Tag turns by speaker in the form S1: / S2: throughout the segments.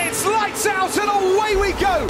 S1: us out and away we go!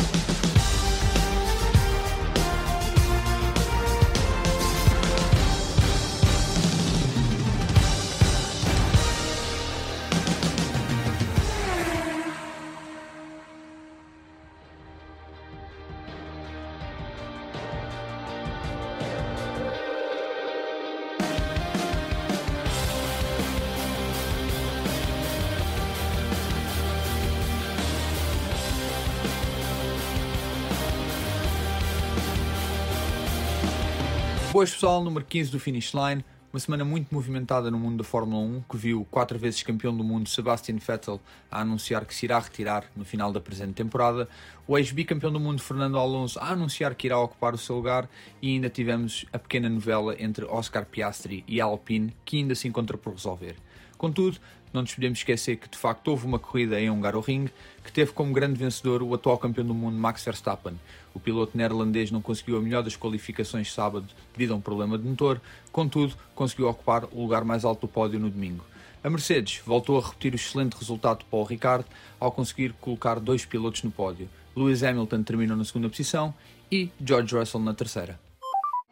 S2: Boas pessoal, número 15 do Finish Line, uma semana muito movimentada no mundo da Fórmula 1, que viu quatro vezes campeão do mundo Sebastian Vettel a anunciar que se irá retirar no final da presente temporada, o ex-bicampeão do mundo Fernando Alonso a anunciar que irá ocupar o seu lugar e ainda tivemos a pequena novela entre Oscar Piastri e Alpine, que ainda se encontra por resolver. Contudo, não nos podemos esquecer que de facto houve uma corrida em Hungaroring que teve como grande vencedor o atual campeão do mundo Max Verstappen. O piloto neerlandês não conseguiu a melhor das qualificações sábado devido a um problema de motor, contudo, conseguiu ocupar o lugar mais alto do pódio no domingo. A Mercedes voltou a repetir o excelente resultado de Paul Ricard ao conseguir colocar dois pilotos no pódio. Lewis Hamilton terminou na segunda posição e George Russell na terceira.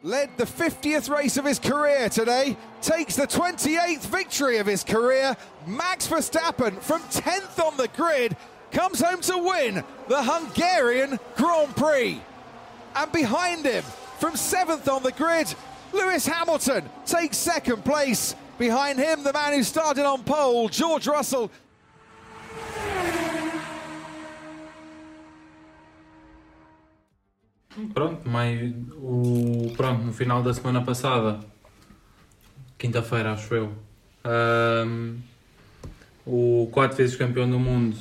S1: led the 50th race of his career today, takes the 28th victory of his career. Max Verstappen from 10th on the grid comes home to win the Hungarian Grand Prix. And behind him, from 7th on the grid, Lewis Hamilton takes second place. Behind him, the man who started on pole, George Russell,
S3: Pronto, mas o, pronto, no final da semana passada, quinta-feira acho eu, ahm, o quatro vezes campeão do mundo,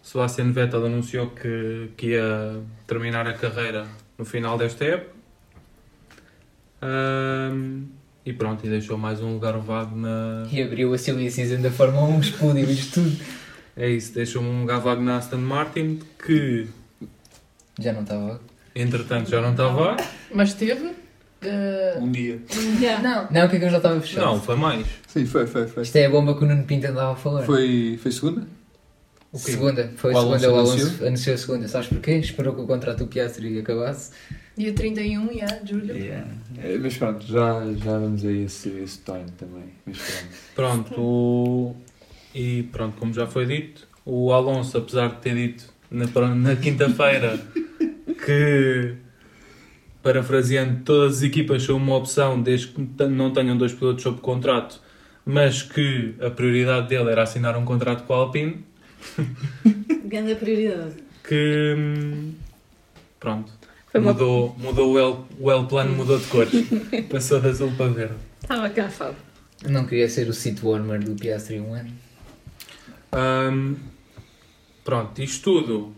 S3: Sebastian Vettel, anunciou que, que ia terminar a carreira no final desta época. Ahm, e pronto, e deixou mais um lugar vago na.
S4: E abriu a Silly Season da Fórmula 1, explodiu isto tudo.
S3: É isso, deixou um lugar vago na Aston Martin que
S4: Já não estava.
S3: entretanto já não estava.
S5: Mas teve. eh,
S2: Um dia.
S5: Não.
S4: Não, o que é que eu já estava fechado?
S3: Não, foi mais.
S6: Sim, foi, foi, foi.
S4: Isto é a bomba que o Nuno Pinto andava a falar.
S6: Foi, foi segunda?
S3: O quê?
S4: Segunda, foi
S6: O Alonso
S4: segunda, o Alonso
S6: anunciou?
S4: anunciou? a segunda. Sabes porquê? Esperou que o contrato do Piastri acabasse.
S5: Dia 31, yeah, julho.
S6: É, Mas pronto, já, já vamos a esse, esse time também. Mas pronto.
S3: Pronto, o- e pronto, como já foi dito, o Alonso, apesar de ter dito na, pra- na quinta-feira que, parafraseando, todas as equipas são uma opção desde que ten- não tenham dois pilotos sob contrato, mas que a prioridade dele era assinar um contrato com a Alpine,
S6: É.
S7: Grande prioridade.
S3: que hum, pronto,
S7: Foi uma-
S3: mudou, mudou o, L, o L plano, mudou de cores, passou de azul para verde.
S7: Estava cansado.
S4: Não queria ser o seat warmer do Piastri um ano.
S3: Ahm, pronto, isto tudo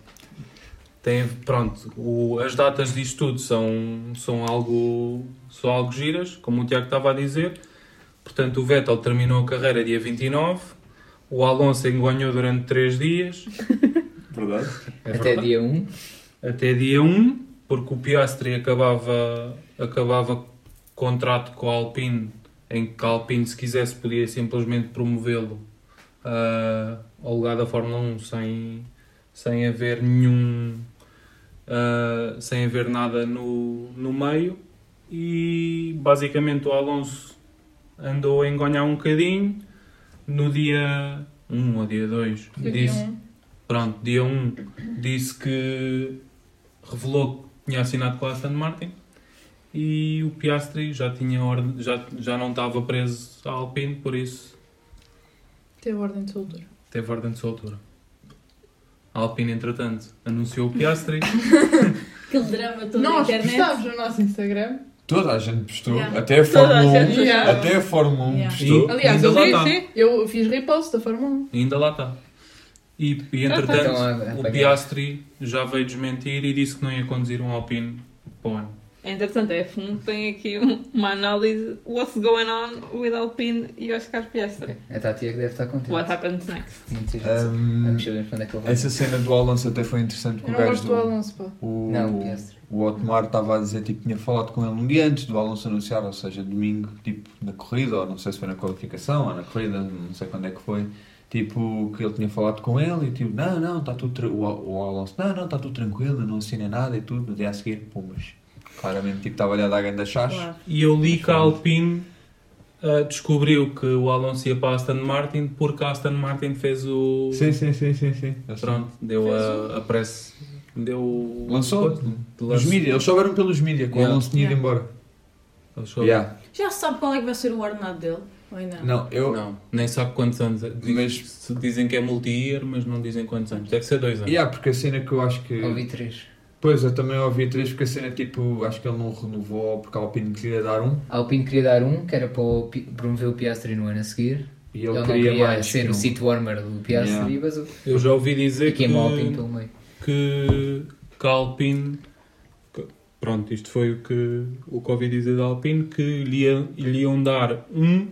S3: tem, pronto, o- as datas disto tudo são, são, algo, são algo giras, como o Tiago estava a dizer. Portanto, o Vettel terminou a carreira dia 29, o Alonso enganhou durante 3 dias,
S6: Verdade?
S3: é
S4: Até
S3: verdade,
S4: dia 1.
S3: até dia 1, porque o Piastri acabava, acabava contrato com a Alpine, em que a Alpine, se quisesse, podia simplesmente promovê-lo ah, ao lugar da Fórmula 1 sem, sem haver nenhum. ah, sem haver nada no, no meio. E basicamente o Alonso andou a engonhar um bocadinho no dia 1 ou dia 2.
S5: Foi dia
S3: Disse,
S5: um.
S3: Pronto, dia 1 disse que revelou que tinha assinado com a Aston Martin e o Piastri já, tinha orde- já, já não estava preso à Alpine, por isso
S5: Teve ordem de soltura.
S3: teve ordem de soltura. A Alpine, entretanto, anunciou o Piastri.
S7: Aquele drama todo na
S5: Nós
S7: internet.
S5: postámos no nosso Instagram.
S6: Toda a gente postou.
S7: Yeah.
S6: Até É a
S7: Toda a
S6: Fórmula 1.
S5: postou.
S6: Até
S7: gente
S6: a Fórmula 1
S7: Yeah.
S6: postou.
S5: Aliás,
S3: ainda
S5: eu,
S3: lá
S5: vi,
S3: tá.
S5: sim. eu fiz repost da Fórmula um.
S3: Ainda lá está. E, e,
S5: Ah, tá.
S3: entretanto,
S4: Então, a-
S3: o
S4: apanhar.
S3: Piastri já veio desmentir e disse que não ia conduzir um Alpine para o ano.
S7: Entretanto, a F1 é tem aqui um- uma análise What's going on with Alpine e Oscar Piastri.
S4: A Tatia que deve estar contente.
S7: What happens next?
S4: Muita gente.
S6: Ahm,
S4: Vamos saber quando é que ele vai.
S6: essa cena do Alonso até foi
S5: 1.
S6: interessante
S5: Eu
S6: com o
S5: não
S6: gajo
S5: gosto do
S6: do.
S5: Alonso, pá.
S6: O,
S4: Não, o Piastri.
S6: o Otmar estava a dizer tipo, tinha falado com ele um dia antes do Alonso anunciar, ou seja, domingo, tipo, na corrida, ou não sei se foi na qualificação, ou na corrida, não sei quando é que foi. Tipo, que ele tinha falado com ele e tipo, não, não, está tudo. Tra... O, Al- o Alonso, não, não, está tudo tranquilo, eu não assinei nada e tudo. No dia a seguir, pumas. Claramente, tipo, estava a olhar da grande chás.
S7: Claro.
S3: E eu li que a Alpine ah, descobriu que o Alonso ia para a Aston Martin porque a Aston Martin fez o.
S6: Sim, sim, sim, sim, sim. Eu sei.
S3: Pronto, deu a, a press. Deu. o-
S6: Lançou? Os
S3: Lançou.
S6: mídias, eles souberam pelos mídias, que o
S3: Yeah.
S6: Alonso tinha ido
S5: Yeah.
S6: embora.
S3: Lançou.
S6: Yeah.
S5: Já se sabe qual é que vai ser o ordenado dele? Ou ainda?
S6: Não, eu.
S3: Não, nem sabe quantos anos. é. Diz-
S6: Mas-
S3: se dizem que é multi-year, mas não dizem quantos anos. Deve ser dois anos.
S6: Yeah, porque a cena que eu acho que.
S4: Ouvi três.
S6: Pois, eu também ouvi três, porque a cena, tipo, acho que ele não renovou porque a Alpine queria dar um
S4: A Alpine queria dar um, que era para o Pi- promover o Piastri no ano a seguir.
S6: e ele,
S4: Ele não
S6: queria,
S4: queria
S6: mais.
S4: ser
S6: que
S4: o
S6: um.
S4: seat warmer do Piastri
S6: Yeah.
S4: e vazou.
S3: Eu já ouvi dizer
S4: E
S3: que,
S4: queimou a Alpine pelo meio.
S3: que, que a Alpine. que- pronto, isto foi o que, o que ouvi dizer da Alpine: que lhe, ia- lhe iam dar um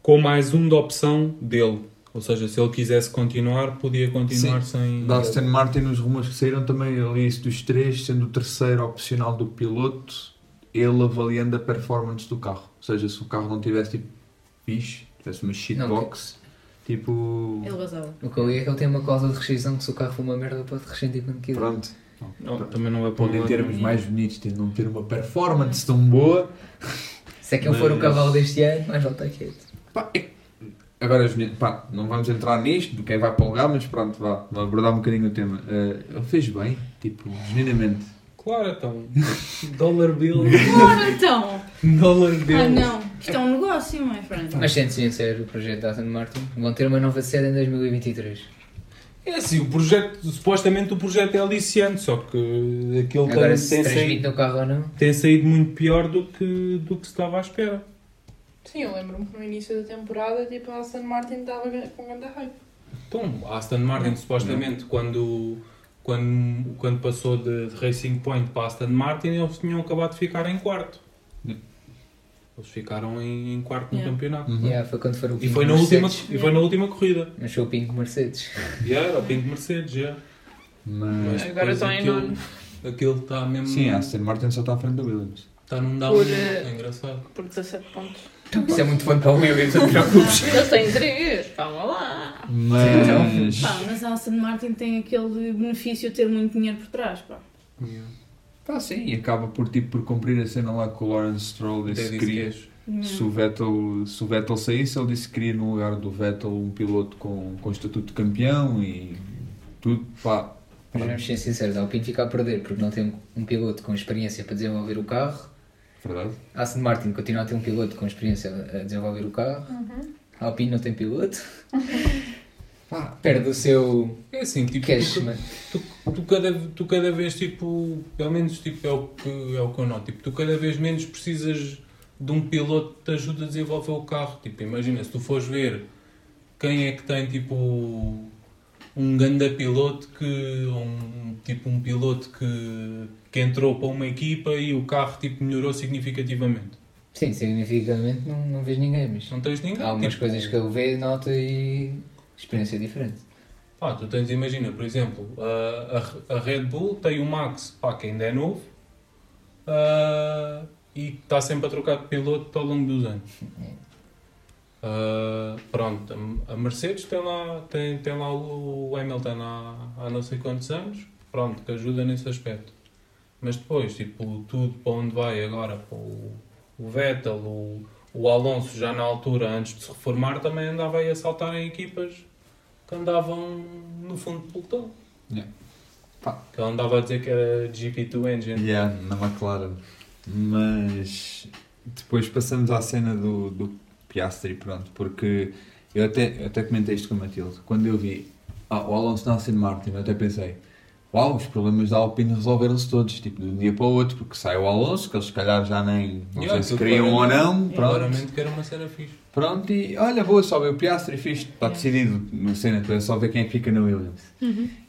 S3: com mais um da opção dele. Ou seja, se ele quisesse continuar, podia continuar sem.
S6: Da Aston Martin, os rumores que saíram também, ali isso dos três, sendo o terceiro opcional do piloto, ele avaliando a performance do carro. Ou seja, se o carro não tivesse tipo fixe, tivesse uma shitbox, tipo.
S5: Ele vazava.
S4: O que eu li é que ele tem uma causa de rescisão que se o carro for uma merda pode rescindir quando quiser.
S6: Pronto.
S3: Não, também não vai para
S6: Podem
S3: lado
S6: ter termos
S3: nenhum.
S6: mais bonitos, de não ter uma performance tão boa.
S4: Se é que eu for o
S6: Mas-
S4: cavalo deste ano, mais vale estar quieto.
S6: Pá, é que- Agora, os meninos- pá, não vamos entrar nisto, de quem vai para o lugar, mas pronto, vá, vou abordar um bocadinho o tema. Eh, ele fez bem, tipo, genuinamente.
S3: Claro, então. Dollar bill.
S5: Ora então!
S3: Dollar bill.
S5: Ah não, isto é um negócio, my
S6: Tá.
S5: friend.
S4: Mas sendo sincero, o projeto da Aston Martin vão ter uma nova sede em 2023.
S3: É assim, o projeto, supostamente o projeto é aliciante, só que aquilo tem,
S4: Agora, se
S3: tem
S4: transmite
S3: saído,
S4: no carro ou não,
S3: tem saído muito pior do que, do que se estava à espera.
S5: Sim, eu lembro-me que no início da temporada, tipo, a Aston Martin estava com grande hype.
S3: Então, a Aston Martin, supostamente, quando, quando, quando passou de, de Racing Point para a Aston Martin, eles tinham acabado de ficar em quarto.
S6: Yeah.
S3: Eles ficaram em, em quarto
S5: Yeah.
S3: no campeonato.
S6: Uhum.
S4: yeah, foi quando for o
S3: Uhum. E
S4: Pinto
S3: foi, na última,
S4: Mercedes.
S3: e foi na última corrida.
S4: Mas foi o Pinto Mercedes.
S3: Yeah, era o Pink Mercedes, yeah.
S6: Mas.
S3: Mas
S7: Agora
S3: depois
S7: estão em
S3: aquilo-
S7: nono.
S3: Aquilo está mesmo.
S6: Sim, é assim. a Aston Martin só está à frente da Williams.
S3: Está num down.
S7: Por, eh,
S3: Engraçado.
S7: Por 17 pontos.
S4: Isso é muito fã para o Williams, não te preocupes.
S7: Eles têm 3, calma lá.
S6: Mas.
S5: Pá, mas a Aston Martin tem aquele benefício de ter muito dinheiro por trás, pá.
S6: Pá, sim, e acaba por, tipo, por cumprir a cena lá que o Lawrence Stroll disse que
S3: Até
S6: queria.
S3: disse que é-
S6: Se o, Vettel, se o Vettel saísse, ele disse que queria no lugar do Vettel um piloto com, com estatuto de campeão e tudo, pá.
S4: Mas vamos ser sinceros, a Alpine fica a perder porque não tem um, um piloto com experiência para desenvolver o carro.
S6: Verdade?
S4: A Aston Martin continua a ter um piloto com experiência a desenvolver o carro.
S7: Uhum.
S4: A Alpine não tem piloto.
S6: Pá,
S4: Perde o seu
S3: és. É assim, tipo,
S4: cash,
S3: tu-
S4: mano.
S3: tu, tu cada, tu cada vez, tipo, pelo menos tipo, é, o que, é o que eu noto, tipo, tu cada vez menos precisas de um piloto que te ajude a desenvolver o carro. Tipo, imagina, se tu fores ver quem é que tem, tipo, um ganda piloto que, um, tipo, um piloto que, que entrou para uma equipa e o carro, tipo, melhorou significativamente.
S4: Sim, significativamente não, não vês ninguém, mas
S3: Não tens ninguém.
S4: há algumas
S3: tipo,
S4: coisas que eu vejo, nota e experiência é diferente.
S3: Pá, tu tens, imagina, por exemplo, a, a- a Red Bull tem o Max, pá, que ainda é novo, ah, e está sempre a trocar de piloto ao longo dos anos. Ah, pronto, a- a Mercedes tem lá, tem, tem lá o Hamilton há, há não sei quantos anos, pronto, que ajuda nesse aspecto. Mas depois, tipo, tudo para onde vai agora, pá, o, o Vettel, o, o Alonso, já na altura, antes de se reformar, também andava aí a saltar em equipas que andavam no fundo do pelotão.
S6: Yeah. Pá.
S3: Que ele andava a dizer que era GP2 Engine.
S6: Yeah, na McLaren. Mas depois passamos à cena do, do Piastri, pronto, porque eu até, eu até comentei isto com a Matilde. Quando eu vi ah, o Alonso na Aston Martin, eu até pensei, uau, os problemas da Alpine resolveram-se todos, tipo, de um dia para o outro, porque sai o Alonso, que eles se calhar já nem, não
S3: Yeah,
S6: sei se né?
S3: tudo
S6: queriam ou
S3: claramente.
S6: não, pronto.
S3: Claramente que era uma cena fixe.
S6: Pronto, e olha, boa, sobe o Piastri, fiz, está decidido uma cena, tu é só ver quem é que fica na Williams.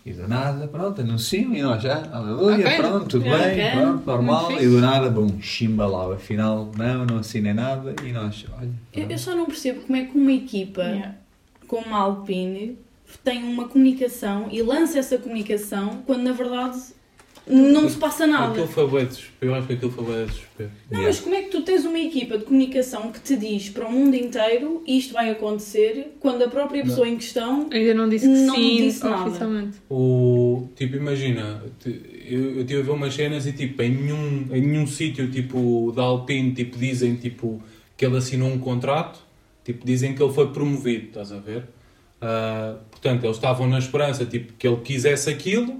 S6: E do nada, pronto, anunciam e nós já, aleluia,
S7: Ok.
S6: pronto, tudo
S7: Ok.
S6: bem, pronto, normal.
S7: Muito
S6: E do nada, bum, chimbalau, afinal, não, não assinei nada e nós, olha.
S5: Eu,
S6: pronto.
S5: eu só não percebo como é que uma equipa com uma Alpine tem uma comunicação e lança essa comunicação quando na verdade
S8: não se passa nada.
S3: Aquilo foi bué de desespero. Eu acho que aquilo foi bué de desespero.
S8: Não, mas como é que tu tens uma equipa de comunicação que te diz para o mundo inteiro isto vai acontecer quando a própria pessoa em questão
S7: Ainda não disse que
S8: Não
S7: sim,
S8: disse nada.
S7: oficialmente.
S3: O, tipo, imagina, ti- eu eu estive a ver umas cenas e tipo, em nenhum, em nenhum sítio tipo, da Alpine tipo, dizem tipo, que ele assinou um contrato, tipo, dizem que ele foi promovido, estás a ver? Ah, portanto, eles estavam na esperança tipo, que ele quisesse aquilo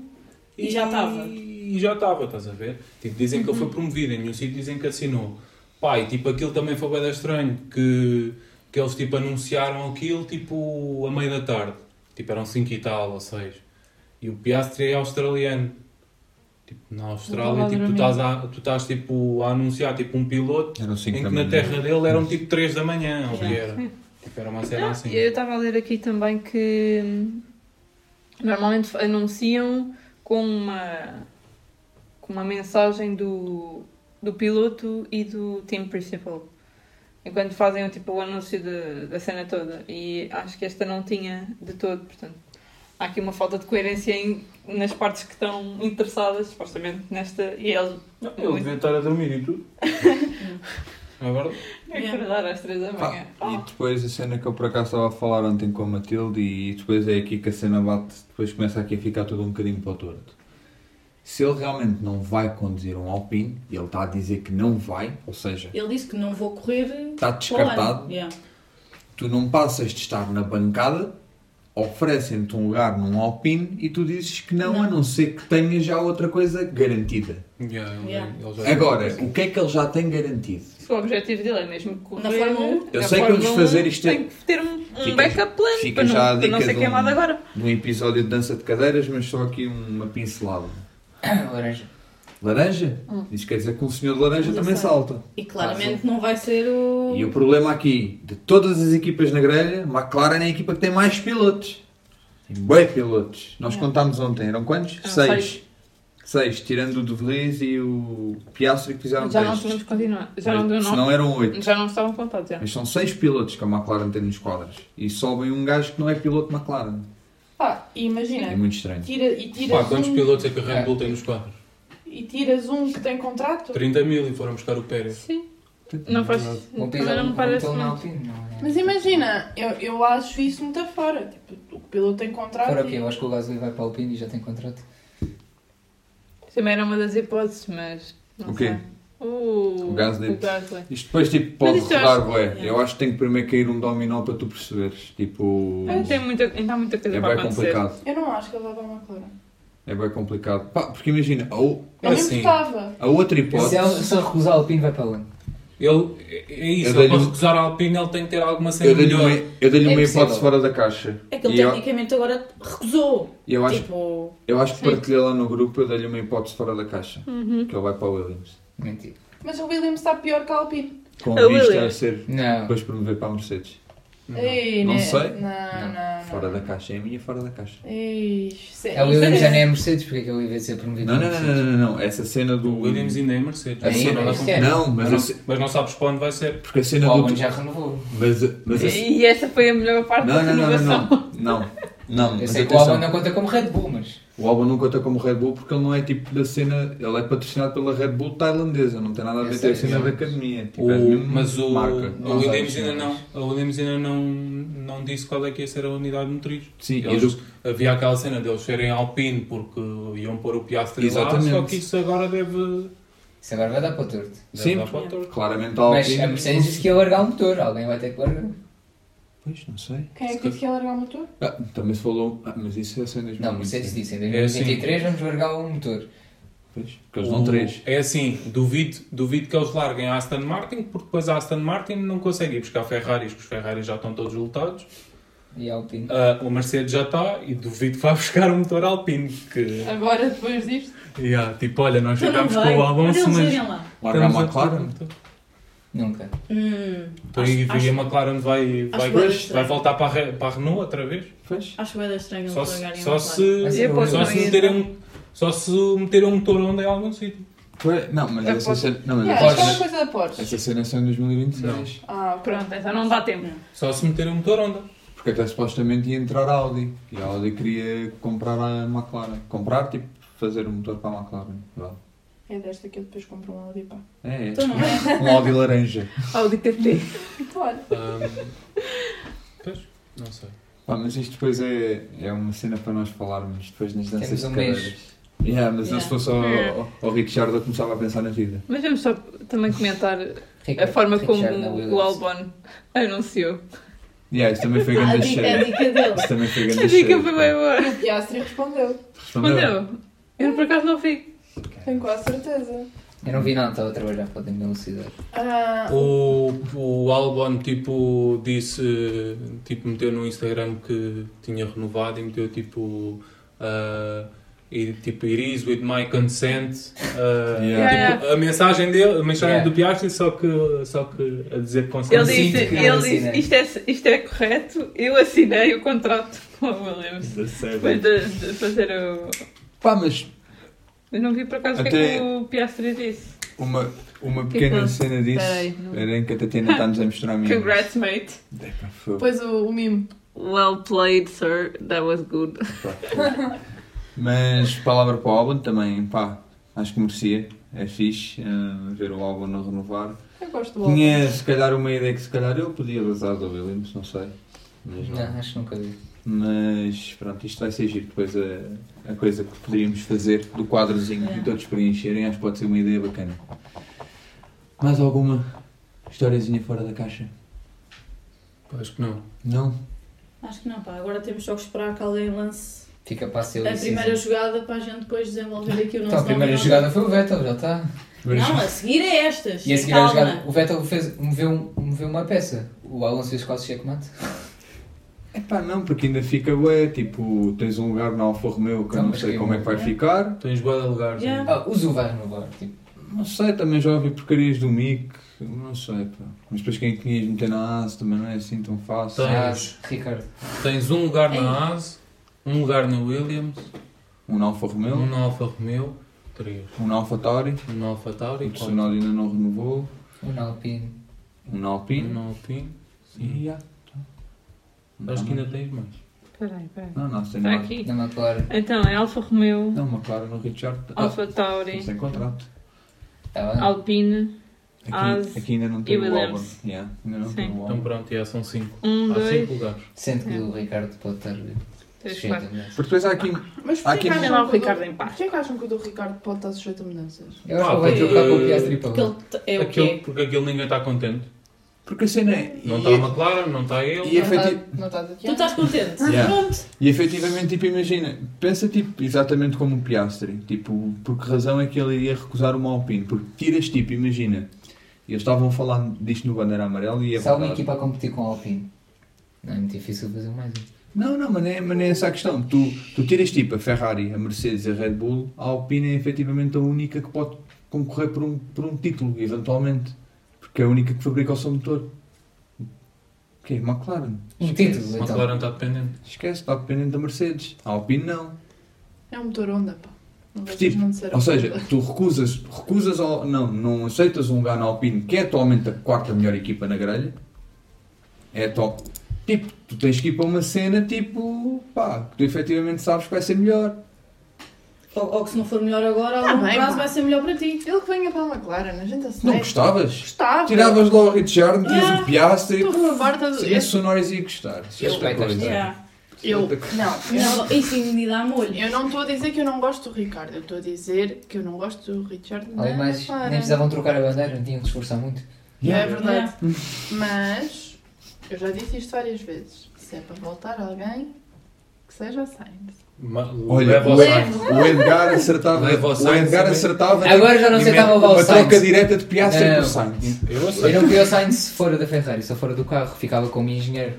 S8: E já Uhum. estava.
S3: E já estava, estás a ver? Tipo, dizem que ele foi promovido, em nenhum sítio dizem que assinou. Pá, e tipo, aquilo também foi bem estranho, que, que eles tipo, anunciaram aquilo tipo, a meio da tarde. Tipo, eram 5 e tal, ou 6. E o Piastri é australiano. Tipo, na Austrália,
S7: Não estava a
S3: tipo, tu
S7: dormir.
S3: estás, a, tu estás tipo, a anunciar tipo, um piloto
S6: Eram cinco
S3: em
S6: da
S3: que na
S6: manhã.
S3: terra dele eram tipo 3 da manhã, ou o que era. Tipo, era uma cena assim.
S7: Ah, Eu estava a ler aqui também que hum, normalmente anunciam com uma, com uma mensagem do, do piloto e do team principal. Enquanto fazem tipo, o anúncio de- da cena toda. E acho que esta não tinha de todo, portanto. Há aqui uma falta de coerência em- nas partes que estão interessadas, supostamente, nesta. E eles.
S3: Não, Ele devia estar a dormir e tudo. Não é verdade?
S7: acordar às três da
S6: Ah,
S7: manhã.
S6: e depois a cena que eu por acaso estava a falar ontem com a Matilde e depois é aqui que a cena bate, depois começa aqui a ficar tudo um bocadinho para o torto. Se ele realmente não vai conduzir um Alpine, e ele está a dizer que não vai, ou seja,
S8: ele disse que não vou correr
S6: está
S8: para o
S6: Tá descartado,
S8: ano. Yeah.
S6: tu não passas de estar na bancada, oferecem-te um lugar num Alpine e tu dizes que não,
S8: Não.
S6: a não ser que tenha já outra coisa garantida.
S3: Yeah, ele- é-
S8: Yeah.
S3: ele já-
S6: Agora, o que é que ele já tem garantido?
S7: Se o objetivo dele é mesmo correr...
S8: Na Fórmula 1?
S6: Eu
S7: na um.
S6: sei que vamos
S7: Fórmula 1,
S6: fazer isto- é-
S7: Tem que ter um, um
S6: Fica-
S7: backup plan
S6: fica
S7: para não,
S6: já a
S7: para não
S6: dica
S7: ser
S6: de um-
S7: queimado agora.
S6: Num episódio de dança de cadeiras, mas só aqui uma pincelada.
S4: Ah, Laranja.
S6: Laranja?
S7: Hum.
S6: Isso quer dizer que um senhor de laranja
S8: Já
S6: também
S8: sei.
S6: salta.
S8: E claramente não vai ser o.
S6: Tá E o problema aqui, de todas as equipas na grelha, McLaren é a equipa que tem mais pilotos. Tem bué pilotos. Nós contámos ontem, eram quantos?
S7: É. Eram
S6: seis.
S7: seis.
S6: Seis, tirando o De Vries e o Piastri que fizeram
S7: Já não
S6: testes.
S7: tínhamos continuado. Já não deu
S6: Ah, Senão
S7: nome.
S6: eram oito.
S7: Já não estavam contados, já.
S6: Mas são seis pilotos que a McLaren tem nos quadros. E sobem um gajo que não é piloto McLaren.
S5: Pá, e
S6: É
S5: imagina,
S6: muito estranho.
S5: tira, e, tiras
S3: Pá, quantos
S5: um,
S3: pilotos é que a Red Bull tem nos carros?
S5: e tiras um que tem contrato?
S3: 30 mil e foram buscar o Pérez.
S7: Sim. Não faz...
S4: Vão
S7: Também
S4: pisar
S7: não
S4: um
S7: me parece
S4: botão na
S7: muito.
S4: Alpine, não é?
S5: Mas imagina, eu, eu acho isso muito fora. Tipo, o piloto tem contrato.
S4: Fora o
S5: e-
S4: quê? Eu acho que o Gasly vai para a Alpine e já tem contrato.
S7: Também era uma das hipóteses, mas... Não
S6: O quê?
S7: sei. O...
S6: O Gasly.
S7: O Gasly.
S6: Isto depois tipo, pode
S7: Mas isto eu
S6: rodar,
S7: acho- é.
S6: bué. Eu acho que tem que primeiro cair um dominó para tu perceberes. Tipo.
S7: Ainda Tem muita, ainda há muita coisa
S6: É
S7: para
S6: bem
S7: acontecer.
S6: complicado.
S5: Eu não acho que ele vai para a McLaren.
S6: É bem complicado. Pá, porque imagina, a, o-
S5: Eu nem
S3: Assim.
S5: gostava.
S6: a outra hipótese.
S4: Se ele se ele recusar a Alpine, vai para a Lando.
S3: Ele, é- é
S6: Eu
S3: isso,
S6: dei-lhe
S3: ele para
S6: um-
S3: recusar a Alpine ele tem que ter alguma cena
S6: Eu dei-lhe
S2: um
S6: uma,
S3: melhor.
S6: eu dei-lhe
S4: É
S6: uma
S4: possível.
S6: hipótese fora da caixa.
S8: É que ele
S6: E eu,
S8: tecnicamente agora recusou.
S6: e eu acho,
S8: Tipo,
S6: eu acho que partilhei lá no grupo, eu dei-lhe uma hipótese fora da caixa. Que ele vai para o Williams.
S4: Mentira.
S5: Mas o Williams está pior que a Alpine.
S6: Com
S7: A
S6: vista
S7: Williams?
S6: a ser
S4: Não.
S6: depois promover para a Mercedes.
S5: Ei,
S6: Não
S5: né?
S6: sei.
S5: Não, não, não.
S6: Fora da caixa, é a minha fora da caixa.
S5: Ixi, sei-
S4: A Williams
S5: isso
S4: já nem é Mercedes, porque é que ele ia ser promovido?
S6: Não,
S4: para
S6: não, não, não,
S4: Mercedes?
S6: não, não. Essa cena do.
S3: O Williams ainda é Mercedes.
S6: A
S4: Ainda
S6: cena-
S4: é Mercedes.
S6: Não, mas,
S3: Mas
S6: a
S3: não,
S6: ce-
S3: mas não sabes para onde vai ser.
S6: porque a cena
S4: O
S6: do.
S4: Albon já renovou.
S6: Mas, a- mas a-
S7: E essa foi a melhor parte
S6: Não,
S7: da
S6: não, não, não,
S7: renovação.
S6: não. Não, não.
S4: Eu
S6: mas
S4: sei é que o
S6: atenção.
S4: Albon não conta como Red Bull, mas.
S6: O Albon não conta como Red Bull porque ele não é tipo da cena. Ele é patrocinado pela Red Bull tailandesa, não tem nada a
S4: Eu
S6: ver com
S4: sei,
S6: a cena
S4: sim.
S6: da academia. Tipo, é a
S3: O,
S6: mesma
S3: mas o,
S6: marca.
S3: a Williams
S4: sabes,
S3: ainda
S4: não
S3: não, a Williams ainda não, não disse qual é que ia ser a unidade motriz.
S6: Sim,
S3: Eles-
S6: eles-
S3: havia aquela cena deles serem Alpine porque iam pôr o Piastri
S6: Exatamente.
S3: lá, só que isso agora deve,
S4: Isso agora vai dar para o torto.
S3: deve
S6: Sim.
S3: dar para o torto.
S6: Claramente a
S4: Mas é-
S6: Alpine.
S4: a Mercedes disse que ia largar o motor, alguém vai ter que largar.
S6: Pois, não sei.
S5: Quem é que disse que ia largar o motor?
S6: Ah, também se falou. Ah, mas isso é só em 2020.
S4: Não, a Mercedes disse em
S3: É assim.
S4: 2023 vamos largar o motor.
S6: Pois, porque eles dão
S3: O-
S6: 3.
S3: É assim, duvido, duvido que eles larguem a Aston Martin porque depois a Aston Martin não consegue ir buscar Ferraris, porque os Ferraris já estão todos lotados.
S4: E a Alpine.
S3: Ah, o Mercedes já está e duvido que vá buscar um motor Alpine. Que,
S5: Agora, depois disto?
S3: Yeah, tipo, olha, nós
S8: Então não
S3: ficámos
S8: vai.
S3: com o
S8: Quando
S3: Alonso,
S8: eles
S3: mas. um
S8: irem lá.
S6: Larga a
S3: estamos a-
S6: McLaren.
S3: tipo.
S4: Nunca.
S8: Hum,
S3: Então, e, e a McLaren vai, vai,
S8: que vai
S3: vai,
S8: ser.
S3: voltar para a, Re- para a Renault outra vez?
S6: Pois.
S8: acho que vai dar estranho
S3: Só
S8: eles
S3: se,
S8: largarem
S3: só
S8: a McLaren.
S3: se,
S4: Vai ser
S7: Eu
S4: o
S3: só
S7: posso-
S4: Williams.
S3: se meterem um. Só se meterem um motor onde em algum sítio.
S6: Pois, Não, mas
S7: Eu
S6: essa
S7: posso-
S6: cena. Não, mas
S5: Yeah,
S6: essa
S5: Aquela
S6: cena-
S5: coisa da Porsche.
S6: essa cena é só em 2026.
S5: Ah, ok.
S7: Pronto, então não dá tempo.
S3: Só se meterem um motor onda.
S6: Porque até supostamente ia entrar a Audi. E a Audi queria comprar a McLaren. Comprar, tipo, fazer o motor para a McLaren. Vale.
S5: É desta que eu depois compro um Audi, pá.
S6: É,
S8: Então não
S6: é.
S8: é?
S6: Um Audi laranja.
S7: Audi TT.
S5: Olha.
S3: Ahm, pois, não sei.
S6: Pá, mas isto depois é, é uma cena para nós falarmos depois nas danças
S4: Temos um
S6: de
S4: mês.
S6: cadeiras. Yeah, mas não
S7: Yeah.
S6: se fosse ao, ao, ao Richard eu começava a pensar na vida.
S7: Mas vamos só também comentar
S4: Rick-
S7: a forma como
S4: Richard na Williams.
S7: o Albon anunciou.
S6: Yeah, isso também foi
S8: Ah, a
S6: grande
S8: dica, a
S6: cheiro.
S8: dica dele.
S6: Isso também foi grande
S7: A dica
S6: cheiro,
S7: foi
S6: pá.
S7: bem boa.
S5: E a Astrid respondeu.
S6: Respondeu?
S7: Respondeu? Eu por acaso não vi.
S5: Tenho quase certeza.
S4: Eu não vi nada, estava a trabalhar para a universidade.
S5: Ah,
S3: O, o Albon tipo disse, tipo meteu no Instagram que tinha renovado e meteu tipo ah, e, tipo it is with my consent. Ah,
S8: É.
S6: Yeah.
S3: tipo, A mensagem dele, a mensagem
S4: Yeah.
S3: do Piastri só que só que a dizer
S7: Ele
S3: consent.
S4: Consegui
S7: disse,
S4: que
S7: ele
S4: não
S7: disse
S4: assinei.
S7: isto, é, isto é correto, eu assinei o contrato com a Williams. Depois
S8: é.
S7: de, de fazer o.
S6: Pá, mas
S7: Eu não vi por acaso o que é
S6: Até-
S7: que o Piastri disse.
S6: Tipo, uma, uma
S7: Que
S6: pequena
S7: coisa.
S6: cena disso
S7: Peraí, não-
S6: era em que a Tatiana está-nos a mostrar a mim.
S7: Congrats, mate.
S5: Depois o, o mimo.
S7: Well played, sir. That was good.
S6: Mas palavra para o álbum também, pá, acho que merecia. É fixe ah, ver o álbum a renovar.
S5: Eu gosto do Albon.
S6: Tinha se calhar uma ideia que se calhar eu podia usar do Williams, não sei. Mas, não.
S4: Não, acho que nunca vi.
S6: Mas pronto, isto vai ser giro. Depois a, a coisa que poderíamos fazer do quadrozinho
S8: Yeah.
S6: e todos preencherem, acho que pode ser uma ideia bacana. Mais alguma historiazinha fora da caixa?
S3: Acho que não.
S6: Não?
S8: Acho que não, pá. Agora temos só que esperar que alguém lance
S4: Fica para a
S8: a
S4: Silly
S8: primeira jogada para a gente depois desenvolver aqui o nosso
S4: Então, a primeira
S8: nome.
S4: jogada foi o Vettel, já está.
S8: Não, a seguir é estas.
S4: E a seguir a
S8: Calma.
S4: jogada, o Vettel fez, moveu, um- moveu uma peça. O Alonso fez quase checkmate.
S6: É pá, não, porque ainda fica ué, tipo, tens um lugar na Alfa Romeo que eu
S4: Não,
S6: não
S4: mas
S6: sei
S4: que-
S6: como é que vai ficar.
S3: Tens boa de lugares.
S8: Yeah.
S3: ainda.
S4: Ah, o Zu vai renovar, tipo.
S6: Não sei, também já ouvi porcarias do Mick, não sei, pá. Mas depois quem tinhas de meter na AS também não é assim tão fácil.
S3: Tens.
S4: Ah, Ricardo.
S3: Tens um lugar
S8: Ei.
S3: na Haas, um lugar na Williams,
S6: Um na Alfa Romeo,
S3: um na Alfa Romeo, três,
S6: um na Alfa Tauri,
S3: um na Alfa
S6: o
S3: Tauri, quatro,
S6: Tsunoda ainda não renovou,
S4: O Nalpine.
S6: um na
S3: um
S6: Alpine.
S3: na Alpine.
S6: E tá. já.
S3: Acho que ainda tens mais.
S7: Peraí, peraí.
S6: Não, não, sem
S7: Está
S6: nada.
S7: aqui.
S4: Na McLaren.
S7: Então, é Alfa Romeo,
S6: Não, uma clara no Richard.
S7: Alfa
S6: Ah,
S7: Tauri,
S6: sem contrato.
S4: Está Tá bem.
S7: Alpine. Haas
S6: Aqui, aqui ainda não tem
S7: e
S6: o álbum.
S7: Williams.
S6: Yeah, ainda não Ah, tem
S7: Sim.
S6: o
S3: Então
S6: álbum.
S3: pronto, já são cinco.
S7: Um,
S3: Há
S7: dois,
S3: cinco lugares.
S4: Sente que o Ricardo pode estar
S7: É. três,
S4: cheio de
S7: quatro.
S4: mudanças.
S6: Porque depois há aqui.
S5: Mas porquê
S6: Há
S5: que,
S6: quem-
S5: acham
S7: Deixa lá o
S5: que
S7: Ricardo
S5: do-
S7: em paz.
S5: porquê que acham que o do Ricardo pode estar sujeito a mudanças?
S4: Eu acho
S3: Ah,
S4: que ele vai
S3: porque-
S4: trocar com o Piastri para lá.
S8: Aquele t- é o
S3: Aquilo-
S8: quê?
S3: porque aquilo ninguém está contente.
S6: Porque a cena é.
S3: Não tá
S6: e-
S3: está a McLaren, não está ele.
S6: E é tipo-
S5: não tá-
S6: efetiv-
S5: não estás aqui?
S8: Tu estás contente?
S6: então. Yeah.
S8: Pronto.
S6: E efetivamente, tipo, imagina, pensa tipo, exatamente como um Piastri. Tipo, por que razão é que ele iria recusar uma Alpine? Porque tiras, tipo, imagina, eles estavam a falar disto no Bandeira Amarela e é
S4: Se há uma
S6: verdade.
S4: equipa a competir com o Alpine, não é muito difícil fazer mais um.
S6: Não, não, mas não é, mas não é essa a questão. Tu, tu tiras tipo a Ferrari, a Mercedes e a Red Bull, a Alpine é efetivamente a única que pode concorrer por um, por um título, eventualmente. Porque é a única que fabrica o seu motor. Que é McLaren.
S4: Um
S3: A
S4: título,
S6: é-
S4: então.
S3: McLaren está dependente.
S6: Esquece, está dependente da Mercedes. A Alpine não.
S5: É um motor Honda, pá. Não
S6: Tipo,
S5: vocês não disseram
S6: Ou seja,
S5: Honda.
S6: tu recusas, recusas ao, não, não aceitas um lugar na Alpine, que é atualmente a quarta melhor equipa na grelha. É top. Tipo, tu tens que ir para uma cena tipo, pá, que tu efetivamente sabes que vai ser melhor.
S8: Ou, ou que se não for melhor agora,
S5: Tá
S8: a longo
S5: bem,
S8: prazo
S5: pá.
S8: vai ser melhor para ti.
S5: Ele que venha para a McLaren, a gente aceita.
S6: Não gostavas?
S5: Gostava.
S6: Tiravas lá o Richard, metias
S8: Yeah.
S6: o Piastri.
S5: Estou farta do...
S6: Sim, Esse sonores ia gostar. Isso é
S4: Eu-
S6: outra coisa.
S8: Yeah.
S5: Eu.
S6: Outra coisa.
S5: Não, eu não,
S8: Não, isso ainda me dá molho.
S5: Tá eu não estou a dizer que eu não gosto do Ricardo. Eu estou a dizer que eu não gosto do Richard. na
S4: Além de mais, nem
S5: McLaren.
S4: precisavam trocar a bandeira, não tinham que se esforçar muito.
S5: É
S6: Yeah.
S5: verdade. Mas eu já disse isto várias vezes. Se é para voltar alguém, que seja a Sainz.
S3: Ma-
S6: Olha,
S3: leva ao
S6: o,
S3: Sainz.
S6: o Edgar acertava.
S3: Leva o
S6: O
S3: Sainz
S6: Edgar
S3: também.
S6: acertava.
S4: Agora já não
S6: e
S4: aceitava
S6: mete
S4: levar o
S6: Uma
S4: Sainz.
S6: troca direta de Piastri
S4: Não.
S6: com o Sainz.
S3: Eu aceito.
S4: Eu não queria o Sainz fora da Ferrari, só fora do carro, ficava como engenheiro.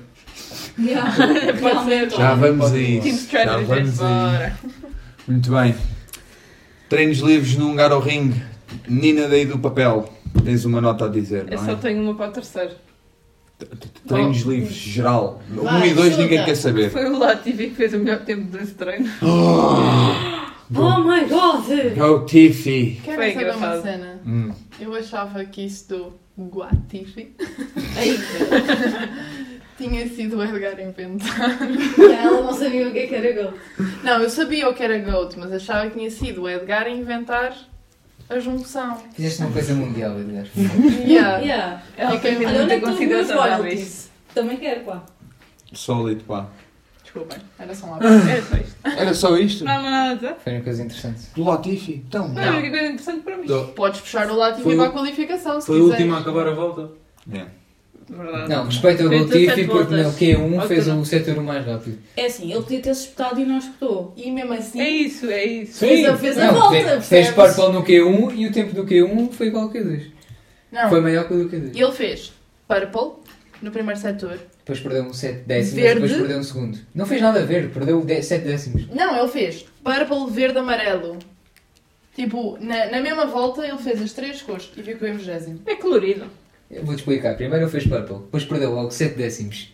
S8: Yeah. Realmente.
S6: Já vamos a
S7: então. Team
S6: isso. Já
S7: Strategy,
S6: vamos a
S7: bora.
S6: isso. Muito bem. Treinos livres num lugar ao ringue. Nina daí do papel. Tens uma nota a dizer,
S7: Eu
S6: não
S7: só
S6: é?
S7: tenho uma para o terceiro.
S6: Treinos livres, geral. Um
S8: Vai,
S6: e dois ninguém
S8: chuta.
S6: quer saber.
S7: Foi o Latifi que fez o melhor tempo desse treino.
S8: Oh my god!
S6: Go É Tiffy.
S5: Quero
S7: Foi
S5: saber
S7: engraçado.
S5: uma cena.
S6: Hum.
S5: Eu achava que isso do Guatifi
S8: Ai,
S5: Tinha sido o Edgar inventar.
S8: Ela não sabia o que é que era gol.
S5: Não, eu sabia o que era goat, mas achava que tinha sido o Edgar a inventar a junção.
S4: Fizeste uma coisa mundial, Edgar.
S5: Yeah.
S8: Yeah.
S7: Ela tem
S8: Olha, onde
S7: muita
S8: é que estão os meus
S7: consideração para isto.
S8: royalties? Também quero, pá.
S6: Sólido, pá.
S5: Desculpem, era só um lado.
S7: Era só isto.
S6: Era só isto?
S7: Não há mais nada a dizer.
S4: Foi uma coisa interessante.
S6: Do Latifi? Então.
S7: Não, é a única coisa interessante para mim.
S6: Do-
S5: Podes puxar o lado e
S3: Foi
S5: vir
S3: o-
S5: para a qualificação, se
S3: Foi o
S5: quiseres.
S3: último a acabar a volta.
S6: Yeah.
S7: Verdade.
S4: Não, respeita o
S7: Fez
S4: Latifi
S7: 17
S4: porque
S7: voltas.
S4: no Q1 fez
S7: Ok.
S4: o setor mais rápido.
S8: É assim, ele podia ter espetado e não espetou.
S5: E mesmo assim,
S7: É isso, é isso.
S8: Fez a- fez a volta,
S4: fe- Fez
S8: percebes?
S4: parpol no Q1 e o tempo do Q1 foi igual ao Q2.
S5: não.
S4: Foi maior que o do Q2.
S5: E ele fez purple no primeiro setor.
S4: Depois perdeu um 7 décimos,
S5: Verde.
S4: depois perdeu um segundo. Não fez nada a ver, perdeu 7 décimos.
S5: Não, ele fez purple, verde, amarelo. Tipo, na, na mesma volta ele fez as três cores e ficou em vigésimo.
S7: É colorido.
S4: Eu vou-te explicar. Primeiro ele fez purple, depois perdeu logo 7 décimos.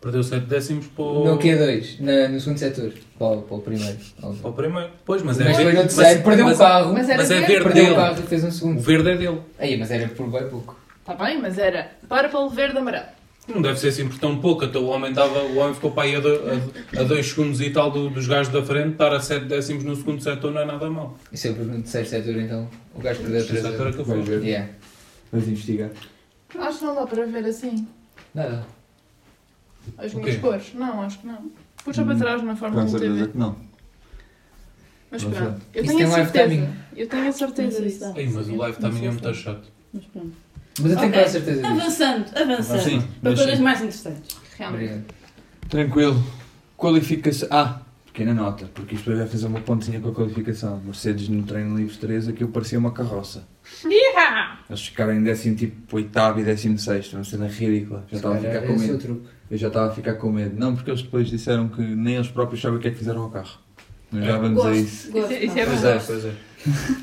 S3: Perdeu 7 décimos para
S4: No
S3: o,
S4: Q2, na- no segundo setor, para, o- para o primeiro.
S3: para o primeiro. Pois, mas é
S4: Mas foi
S3: verde.
S4: no terceiro, perdeu o
S3: mas-
S4: carro.
S5: Mas era
S3: Mas é
S5: verde.
S3: verde
S4: Perdeu o
S3: dele.
S4: carro e fez um
S3: O
S4: segundo.
S3: verde é dele.
S4: Aí, mas era por bem pouco.
S5: Tá bem, mas era purple, verde, amarelo.
S3: Não deve ser assim por tão pouco, até o homem, dava, o homem ficou para aí a 2 segundos e tal do- dos gajos da frente, estar a 7 décimos no segundo setor não é nada mal.
S4: E sempre no terceiro setor, então, o gajo perdeu
S3: Esta altura
S4: 3
S3: é que eu
S6: Vai
S3: fui.
S6: ver.
S4: Yeah.
S6: Vamos investigar.
S5: Acho que não dá para ver assim.
S4: Nada.
S5: As
S3: O
S5: minhas
S3: quê?
S5: cores. Não, acho que não. Puxa para
S6: Hum,
S5: trás na Fórmula
S6: Com
S5: 1
S6: certeza
S5: TV.
S6: que não.
S5: Mas
S6: Não
S5: pronto. Eu
S4: Isso
S5: tenho a
S4: tem live
S5: certeza.
S4: timing.
S5: Eu tenho a certeza disso.
S3: Ei, mas o live também é muito chato.
S8: Mas pronto.
S4: Mas eu tenho
S8: Ok.
S4: quase certeza disso.
S8: Avançando, avançando.
S6: Sim,
S8: para
S6: mas
S8: coisas
S6: sim.
S8: mais interessantes.
S5: Realmente.
S4: Obrigado.
S6: Tranquilo. Qualificação. Ah, pequena nota, porque isto vai fazer uma pontinha com a qualificação. Mercedes no treino livre 3 aquilo parecia uma carroça.
S7: Yeah!
S6: Eles ficaram em décimo tipo oitavo e décimo sexto, É uma cena ridícula. Já estava a
S4: Se calhar
S6: ficar Então, com
S4: esse é o
S6: medo.
S4: truque.
S6: Eu já estava a ficar com medo. Não, porque eles depois disseram que nem eles próprios sabem o que é que fizeram ao carro. Mas já vamos a isso.
S7: Isso
S8: Gosto, gosto.
S7: é- isso é
S3: Pois
S7: verdade.
S3: é, pois é.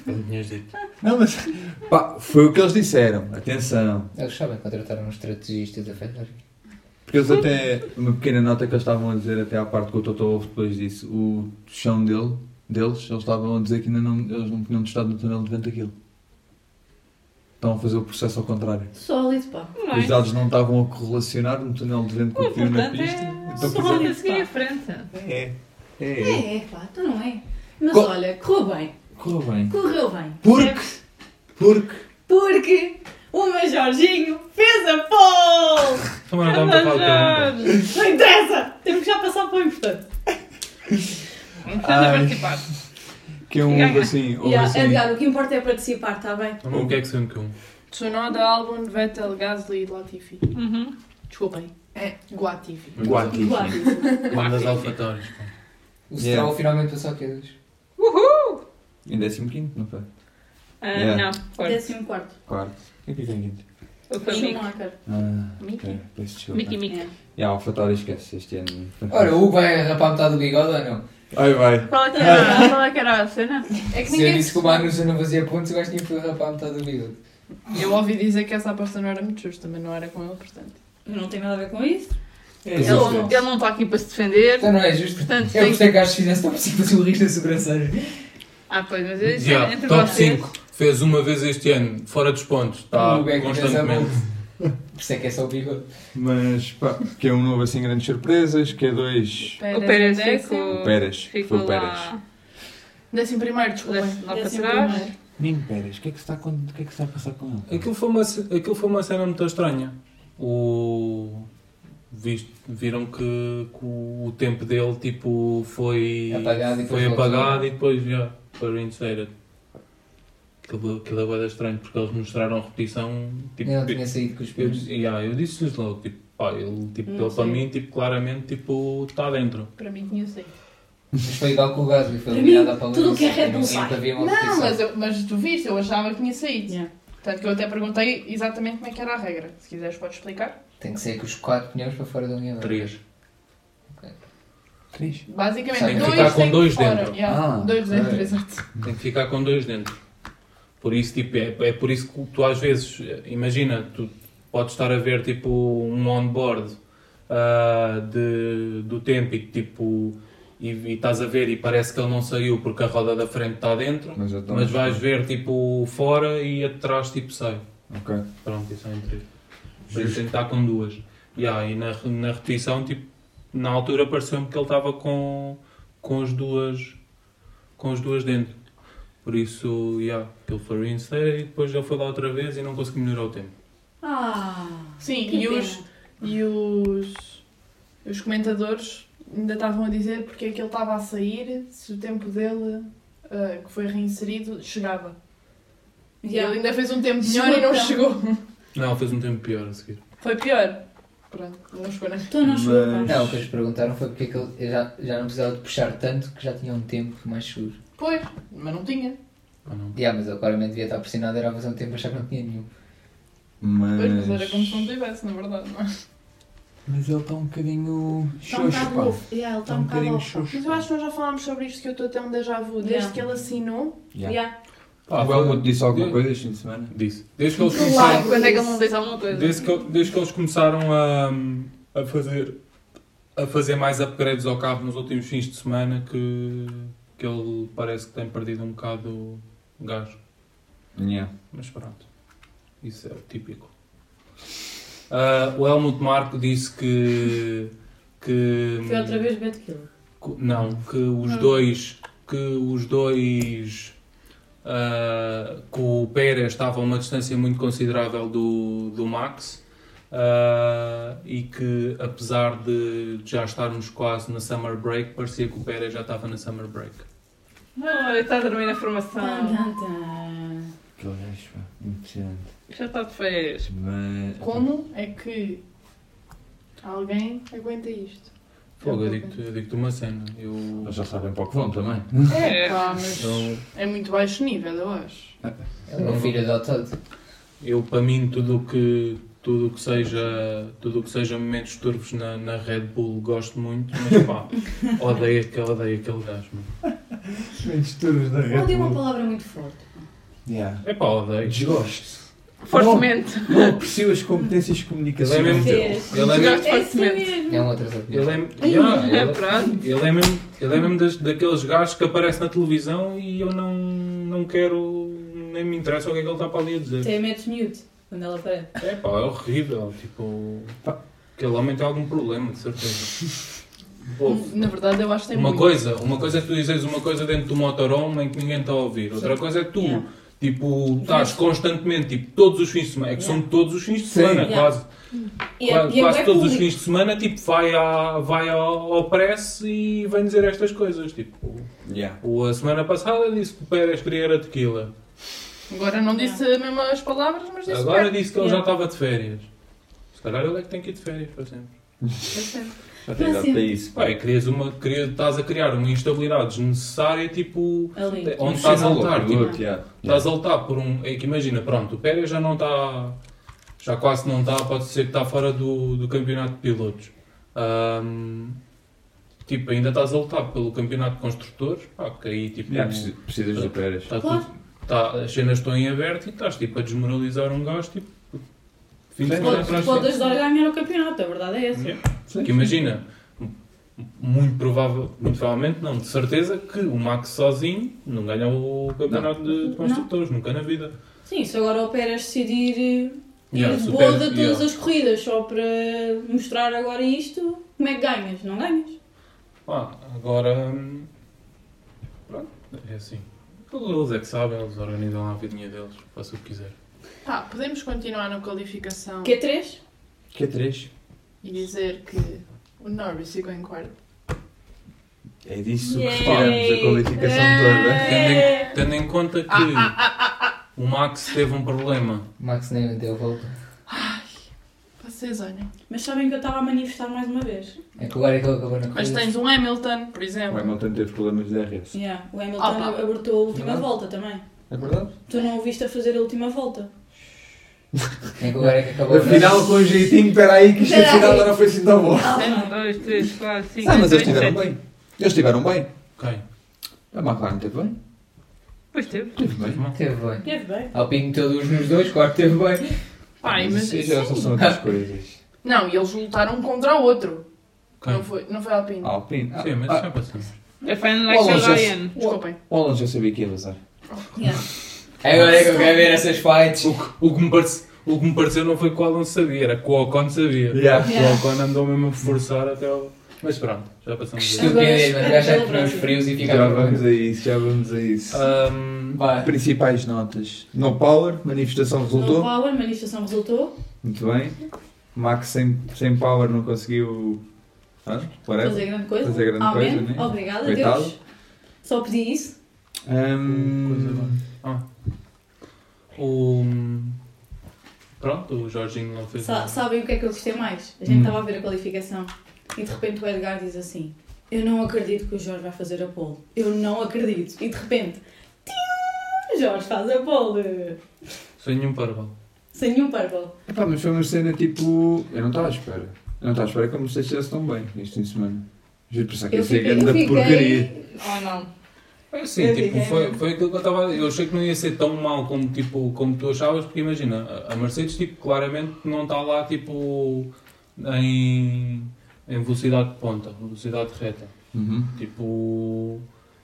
S3: Não tinhas dito.
S6: Não, mas pá, foi o que eles disseram. Atenção.
S4: Eles sabem contratar um estrategista da Ferrari.
S6: Porque eles até, uma pequena nota que eles estavam a dizer até à parte que o Toto Wolff depois disse, o chão dele, deles, eles estavam a dizer que ainda não, eles não tinham testado no túnel de 20 kg. Estavam a fazer o processo ao contrário.
S8: Sólido, pá.
S7: Não
S6: Os dados não estavam a correlacionar no túnel de vento que
S7: O
S6: eu tinha na
S7: importante
S6: pista.
S7: é
S6: Então,
S7: só
S6: por exemplo,
S7: a seguir em frente.
S6: é, é, é.
S8: É, é, pá, tu não é. Mas
S6: Co-
S8: olha, correu bem.
S6: Correu bem.
S8: Correu bem.
S6: Porque, porque,
S8: Porque o meu Jorginho fez a pole!
S3: Também não dá né? muito a falar de
S7: Jorge!
S8: Não interessa! Temos que já passar para o importante.
S7: Não estás a
S6: Ai.
S7: participar.
S6: que é um
S7: Ganha.
S6: assim, houve
S8: Yeah,
S6: assim,
S8: Edgar, o que importa é participar, está bem?
S3: cada um. O que é que sendo que um?
S5: Tsunoda, Albon, Vettel, Gasly e Latifi.
S7: Uhum.
S5: Desculpem. É Guatifi.
S6: Guati.
S8: Claro.
S3: Mandas alfatórios. pá.
S4: O
S6: Yeah.
S4: Stroll finalmente passou a Q2.
S7: Uhul!
S6: Em décimo quinto, não foi?
S7: Ah,
S6: Yeah.
S7: Não, foi.
S8: Décimo assim um quarto.
S6: Quarto. Quem é que tem quinto?
S7: Foi Mick.
S8: Schumacher.
S6: Ah, ok.
S7: Mickey.
S6: Peço desculpa.
S7: Mickey, Mickey.
S8: É.
S6: E a Alfatória esquece este ano.
S4: Ora, o Hugo vai rapar metade do bigode ou não?
S6: Ai vai.
S7: Qual é que
S6: Ah.
S7: era- qual é que era a cena?
S5: É que
S4: Se eu
S5: ninguém.
S4: disse que o Magnussen não fazia pontos, eu acho que tinha que rapar metade do bigode.
S5: Eu ouvi dizer que essa aposta não era muito justa, mas não era com ele, portanto.
S8: Não tem nada a ver com isso.
S3: É
S7: Ele, ele não está aqui para se defender.
S4: é. Então não é justo.
S7: Portanto,
S4: Eu
S7: tem...
S4: gostei que acho que fizesse tão possível o risco da sobrancelha.
S7: Ah, pois, mas isso é
S3: Yeah,
S7: entre
S3: top
S7: vocês.
S3: 5. Fez uma vez este ano, fora dos pontos. Está
S4: O é Beck
S3: Tá, constantemente.
S4: Por isso é que é só o bigode.
S6: Mas pá, que é um novo assim grandes surpresas, que é dois
S7: O Pérez é que
S5: décimo.
S7: o-
S6: peras. Foi
S7: ficou
S6: o peras.
S7: lá,
S5: Décimo primeiro, desculpem.
S7: lá para
S8: Décimo
S7: trás.
S8: primeiro.
S6: Menino peras, o que é que se está a, o que é que se está a passar com ele?
S3: Aquilo foi, uma, ce- aquilo foi uma cena muito estranha. O, viste- viram que, que o tempo dele tipo, foi
S4: Apagado e depois
S3: foi
S4: voltou.
S3: apagado e depois já foi reinstated. Aquilo, aquilo é bada estranho porque eles mostraram a repetição. Tipo,
S4: Ele não tinha saído com os
S3: eu,
S4: pés.
S3: disse- yeah, eu disse-lhes logo, tipo, pá, ele, tipo,
S8: Não
S3: ele para
S8: sei.
S3: mim tipo, claramente está dentro.
S5: Para mim tinha saído.
S4: Mas foi igual com o Gasly, foi
S8: Para
S4: eliminado
S8: mim,
S4: à palavra.
S8: tudo o que é Red Bull sai.
S5: Não, mas, eu- mas tu viste, eu achava que tinha saído.
S8: Yeah.
S5: Tanto que eu até perguntei exatamente como é que era a regra. Se quiseres, podes explicar.
S4: Tem que sair com os quatro pneus para fora da linha. de
S3: Três.
S6: Três.
S5: Basicamente,
S4: Tem que
S5: dois
S3: ficar com
S5: têm que ir
S3: dois
S5: fora.
S3: dentro.
S5: Yeah.
S6: Ah,
S5: dois dentro,
S6: ok.
S5: exato.
S3: Tem que ficar com dois dentro. Por isso, tipo, é, é por isso que tu às vezes, imagina, tu podes estar a ver tipo um onboard ah, de, do tempo e tipo e, e estás a ver e parece que ele não saiu porque a roda da frente está dentro,
S6: Mas já está
S3: mas
S6: muito
S3: vais
S6: bem.
S3: ver tipo fora e atrás tipo sai.
S6: Ok.
S3: Pronto, isso é um trigo. Por isso tem que estar com duas. Yeah, e na, na repetição, tipo, na altura pareceu-me que ele estava com, com as duas com as duas dentro. Por isso, yeah, ele foi reinstated e depois ele foi lá outra vez e não conseguiu melhorar o tempo.
S8: Ah,
S5: Sim,
S8: Que
S5: e
S8: pena.
S5: os, e os, os comentadores ainda estavam a dizer porque é que ele estava a sair se o tempo dele, ah, que foi reinserido, chegava. E
S8: Yeah.
S5: ele ainda fez um tempo
S8: Chegou
S5: melhor e não
S8: então.
S5: chegou.
S3: Não, fez um tempo pior a seguir.
S5: Foi pior. Pronto, não chegou na
S8: então não chegou
S6: Mas- é um
S8: pá.
S4: Não, o que eles perguntaram foi porque é que ele já, já não precisava de puxar tanto que já tinha um tempo mais seguro.
S5: Pois, mas não tinha.
S3: Ah, não.
S4: Yeah, mas ele claramente devia estar pressionado, era a fazer um tempo achar que não tinha nenhum.
S5: Pois, mas era como se não tivesse, na verdade, não é?
S6: Mas ele está um bocadinho
S8: Está um
S6: xoxo,
S8: bocado
S6: pá.
S8: louco. Yeah, ele está
S6: Está um
S8: um bocado
S6: bocadinho
S8: louco.
S6: xoxo.
S5: Mas eu acho que nós já falámos sobre isto que eu estou até um déjà vu. Desde
S8: Yeah.
S5: que ele assinou,
S6: Yeah.
S8: Yeah.
S3: Ah,
S6: o Helmut
S3: foi-
S6: disse alguma
S3: Eu-
S6: coisa este fim de semana?
S3: Disse. Desde que eles
S8: Claro.
S3: começaram,
S7: Quando é que ele não diz alguma coisa?
S3: desde que, eu- desde que eles começaram a, a fazer a fazer mais upgrades ao carro nos últimos fins de semana que, que ele parece que tem perdido um bocado o gás.
S6: Yeah.
S3: Mas pronto, isso é o típico. Ah, o Helmut Marko disse que. que
S9: Foi outra vez Betkill.
S3: que- Não, que os dois. Que os dois. ah, que o Pérez estava a uma distância muito considerável do, do Max ah, e que apesar de já estarmos quase na Summer Break, parecia que o Pérez já estava na Summer Break.
S7: Ah, está a dormir na formação.
S8: Tan, tan, tan.
S6: Aquele gajo, pá. Impressionante.
S7: Já está de férias.
S6: Mas...
S5: como é que alguém aguenta isto?
S3: Fogo, eu digo-te eu digo-te uma cena. Eu,
S6: Eles já sabem para o que vão também.
S5: É, pá, mas
S3: eu,
S5: é muito baixo nível, eu acho.
S4: Ele é um filho adotado.
S3: Eu para mim tudo o que tudo o que seja tudo o que seja momentos turvos na, na Red Bull gosto muito, mas pá, odeio aquele odeio aquele gajo. mano.
S6: Menos turos da
S9: Ele tem uma palavra muito forte.
S6: Yeah.
S3: É pá, odeio.
S6: Desgosto.
S7: Fortemente.
S6: Não aprecio as competências de comunicação.
S3: Ele é mesmo
S8: Fez.
S3: ele é mesmo
S8: É isso
S7: Fortemente.
S8: mesmo.
S4: É um outro adotado.
S3: ele é, yeah, ele,
S7: Pronto.
S3: ele é mesmo ele é mesmo das- daqueles gajos que aparecem na televisão e eu não não quero nem me interessa o que é que ele está para ali a dizer.
S9: Tem match mute quando ela aparece.
S3: É pá, é horrível, tipo, pá, aquele homem tem algum problema, de certeza. Ouve.
S5: Na verdade, eu acho que tem
S3: Uma
S5: muito.
S3: coisa, uma coisa é tu dizes uma coisa dentro do motorhome em que ninguém está a ouvir. Outra coisa é tu,
S9: Yeah.
S3: tipo, estás constantemente, tipo, todos os fins de semana, é que são todos os fins de
S6: Sim.
S3: semana,
S9: Yeah.
S3: quase,
S8: E é-
S3: quase,
S8: e é
S3: quase
S8: bué
S3: todos os
S8: público.
S3: fins de semana, tipo, vai, à, vai ao, ao press e vem dizer estas coisas, tipo,
S6: Yeah.
S3: o- a semana passada disse que o Pérez queria era tequila,
S5: Agora não disse as mesmas palavras, mas disse
S3: agora
S5: perto.
S3: disse que ele
S9: Yeah.
S3: já estava de férias. Se calhar ele é que tem que ir de férias para sempre.
S6: Já tem dado para isso.
S3: Pai, crias uma, crias, estás a criar uma instabilidade desnecessária, tipo,
S8: É
S9: Ali.
S3: onde estás a lutar, tipo,
S6: Yeah.
S3: Estás a lutar por um. É que imagina, pronto, o Pérez já não está. Já quase não está, pode ser que está fora do, do campeonato de pilotos. Ahm, tipo, ainda estás a lutar pelo campeonato de construtores, pá, porque aí tipo.
S6: Yeah, preci- É, precisas do Pérez.
S3: tá tudo- tá- as cenas estão em aberto e estás tipo a desmoralizar um gajo, tipo. Fim de
S6: Sim.
S3: semana
S8: Pode,
S3: atrás.
S8: pode ajudar a ganhar o campeonato, a verdade é essa.
S3: Porque imagina, m- muito, provável, muito provavelmente não, de certeza que o Max sozinho não ganha o campeonato de, de construtores, nunca na vida.
S8: Sim, se agora o Pérez decidir eh, ir
S3: Yeah,
S8: de
S3: se o
S8: boa de
S3: Pérez-
S8: todas
S3: yeah.
S8: as corridas só para mostrar agora isto, como é que ganhas? Não ganhas?
S3: Pá, agora. hum, Pronto, é assim. Eles é que sabem, eles organizam a vidinha deles, faça o que quiser.
S5: Tá, podemos continuar na qualificação
S8: Q3?
S6: Q3.
S5: e dizer que o Norris ficou em quarto.
S6: É disso
S8: Yay.
S6: que retiramos a qualificação toda.
S3: Tendo em, tendo em conta que o Max teve um problema.
S4: O Max nem deu volta.
S5: Vocês olhem.
S8: Mas sabem que eu estava a manifestar mais uma vez.
S4: É que agora é que ele acabou na corrida.
S5: Mas tens um Hamilton, por
S6: O
S5: exemplo.
S6: Hamilton teve problemas de RS.
S8: Yeah, o Hamilton
S5: Opa.
S8: abortou a última
S6: Verdade.
S8: volta também.
S6: É verdade?
S8: Tu não o viste a fazer a última volta.
S4: É que agora é que acabou na-
S6: Afinal, com um jeitinho, peraí, que isto
S8: Peraí.
S6: afinal não foi assim tão bom.
S7: Um, dois, três, quatro, cinco,
S6: Ah, mas eles
S7: seis,
S6: estiveram
S7: sete.
S6: bem. Eles estiveram bem.
S3: Ok,
S6: A McLaren teve bem.
S7: Pois teve.
S6: Teve bem.
S4: Teve bem.
S8: Teve bem.
S4: Alpine meteu luz nos dois, claro que teve bem.
S5: Pai, mas.
S6: isso já são outras coisas.
S5: Não, e eles lutaram um contra o outro.
S3: ok.
S5: Não foi, não foi Alpine.
S6: Alpine. Ah,
S3: Sim, mas
S6: ah,
S3: já passamos.
S7: É fine
S6: o
S7: like a
S6: Alonso já se-
S7: lion.
S5: Desculpem.
S6: O Alonso já sabia que ia vazar.
S8: Yeah.
S4: Agora é que eu quero ver essas fights.
S3: O que, o que me parece. O que me pareceu não foi que o Alonso sabia, era que o Ocon sabia.
S6: Yeah.
S3: O Ocon andou mesmo a forçar até o. Mas pronto, já passamos
S4: Que
S3: disso.
S4: estupidez, mano. O gajo já
S9: Agora-
S4: comeu os frios e fica
S6: Já vamos
S4: a
S6: a isso, já vamos a isso.
S3: Ahm,
S4: Vai.
S6: Principais notas. No power, manifestação
S9: No
S6: resultou.
S9: Power, manifestação resultou.
S6: Muito bem. Max sem, sem power não conseguiu. Ah, whatever.
S9: Fazer grande coisa.
S6: Fazer grande
S9: Amém.
S6: coisa, né?
S9: Obrigada,
S6: Coitado.
S9: Deus. Só pedi isso.
S6: Ahm,
S3: Coisa boa. o. Pronto, o Jorginho não fez
S9: Sa-
S3: nada.
S9: sabem o que é que eu gostei mais?
S6: Hum.
S9: A gente estava a ver a qualificação e de repente o Edgar diz assim: Eu não acredito que o Jorge vai fazer a pole. Eu não acredito. E de repente, "Tim, Jorge faz a pole.
S3: Sem nenhum parval.
S9: Sem nenhum purple.
S6: Epá, mas foi uma cena tipo. Eu não estava à espera. Eu não estava à espera que a Mercedes estivesse tão bem este fim de semana. Juro pensar que ia ser é grande porcaria.
S7: Oh não.
S3: É sim,
S9: Eu
S3: tipo,
S9: digo, é
S3: foi,
S9: mesmo.
S3: foi aquilo que eu estava. Eu achei que não ia ser tão mal como, tipo, como tu achavas, porque imagina, a- a Mercedes tipo, claramente não está lá tipo, em, em velocidade de ponta, velocidade reta.
S6: Uhum.
S3: Tipo,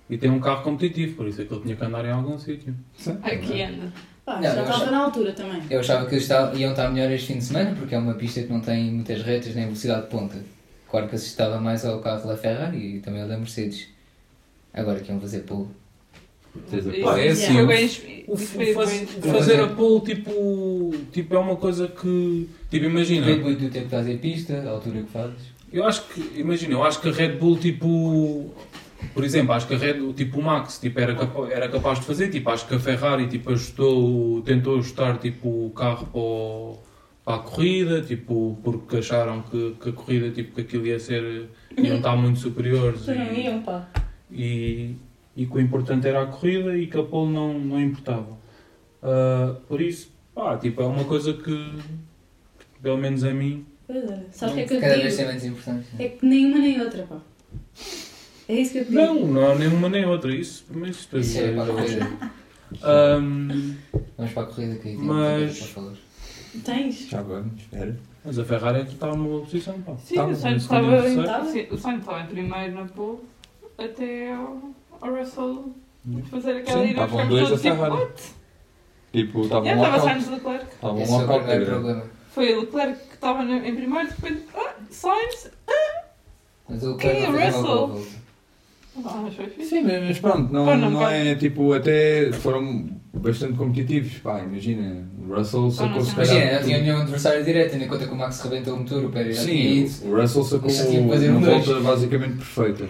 S3: e tem um carro competitivo, por isso é que ele tinha que andar em algum sítio.
S7: Aqui anda.
S9: Pá,
S4: Não,
S9: já
S4: eu
S9: estava
S4: acho-
S9: na altura também.
S4: Eu achava que eles estavam- iam estar melhor este fim de semana, porque é uma pista que não tem muitas retas nem velocidade de ponta. Claro que assustava mais ao carro da Ferrari e também ao da Mercedes. Agora que iam fazer polo.
S3: Pá, é assim,
S7: Foi
S3: o-
S7: bem-
S3: O,
S7: isso
S3: f-
S7: foi
S3: faz-
S7: bem-
S3: o fazer a pole, tipo, tipo, é uma coisa que. Tipo, imagina.
S4: Depende muito do tempo que estás em pista, a altura que fazes.
S3: Eu acho que, imagina, eu acho que a Red Bull, tipo, por exemplo, acho que a Red Bull, tipo, o Max, tipo, era, capa- era capaz de fazer, tipo, acho que a Ferrari, tipo, ajustou, tentou ajustar, tipo, o carro para, o- para a corrida, tipo, porque acharam que, que a corrida, tipo, que aquilo ia ser, iam estar muito superiores
S9: Tu não
S3: e,
S9: iam, pá.
S3: e, e que o importante era a corrida e que a pole não, não importava. Ah, por isso, pá, tipo, é uma coisa que, pelo menos a mim,
S9: Pois é. Sabes o que é que eu
S4: Cada
S9: te
S4: vez tem
S9: digo?
S4: menos importância.
S9: É que nem uma nem outra, pá. É isso que eu te digo.
S3: Não, não há nenhuma nem outra, isso, Ah, mas depois
S4: Isso é Ah, para a corrida.
S3: Ahm,
S4: Vamos para a corrida que aí tem
S3: Mas-
S4: muita coisa para falar.
S9: Tens?
S6: Já vamos, espera.
S3: mas a Ferrari é que está numa boa posição, pá.
S7: Sim,
S3: Tá,
S7: o Sainz
S3: mas
S7: estava
S3: não sei.
S7: em- sim, o Sainz estava em primeiro na pole até ao, ao Russell fazer aquela
S6: Sim,
S7: ida
S6: estavam
S7: ficamos
S6: dois
S7: todos
S6: a
S7: tipo,
S6: Ferrari.
S7: what?
S6: Tipo,
S7: Já
S6: estava um
S7: Estava
S6: local.
S7: Sainz Leclerc.
S6: Estava
S4: Esse
S6: um
S4: é o
S6: local.
S4: grande
S6: grande.
S4: problema.
S7: Foi o Leclerc que estava no- em primeiro, de repente, ah, Sainz.
S4: Mas o
S7: Quem é
S4: Leclerc vai fazer uma boa
S7: Russell?
S4: volta.
S7: Ah, mas foi fixe.
S6: Sim, mas, mas pronto, não,
S7: Pá, não
S6: não
S7: vai.
S6: é tipo, até foram bastante competitivos. Pá, imagina, o Russell sacou
S7: não
S6: se
S7: sei.
S4: Imagina, não
S6: calhar.
S4: tinha nenhum adversário direto, ainda conta que o Max rebentou o motor, o
S6: é
S4: Pérez já tinha
S6: Sim,
S4: ido.
S6: o Russell sacou
S4: Isso tinha que fazer um
S6: uma
S4: dois.
S6: volta basicamente perfeita.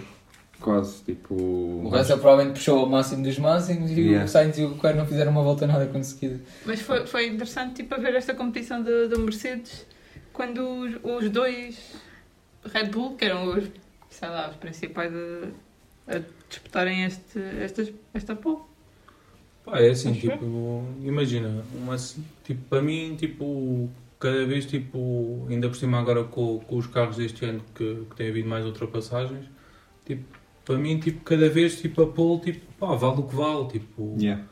S6: Quase, tipo.
S4: O Russell provavelmente puxou ao máximo dos máximos e
S6: Yeah.
S4: o Sainz e o Leclerc não fizeram uma volta nada conseguida.
S7: Mas foi, foi interessante tipo, a ver esta competição do, do Mercedes quando os, os dois Red Bull, que eram os, sei lá, os principais a, a disputarem este, estas, esta pole.
S3: Pá, é assim,
S7: Acho
S3: tipo, imagina, uma, se- tipo, para mim, tipo, cada vez, tipo, ainda por cima agora com, com os carros deste ano que, que tem havido mais ultrapassagens, tipo, para mim, tipo, cada vez, tipo, a pole, tipo, pá, vale o que vale, tipo,
S6: Yeah.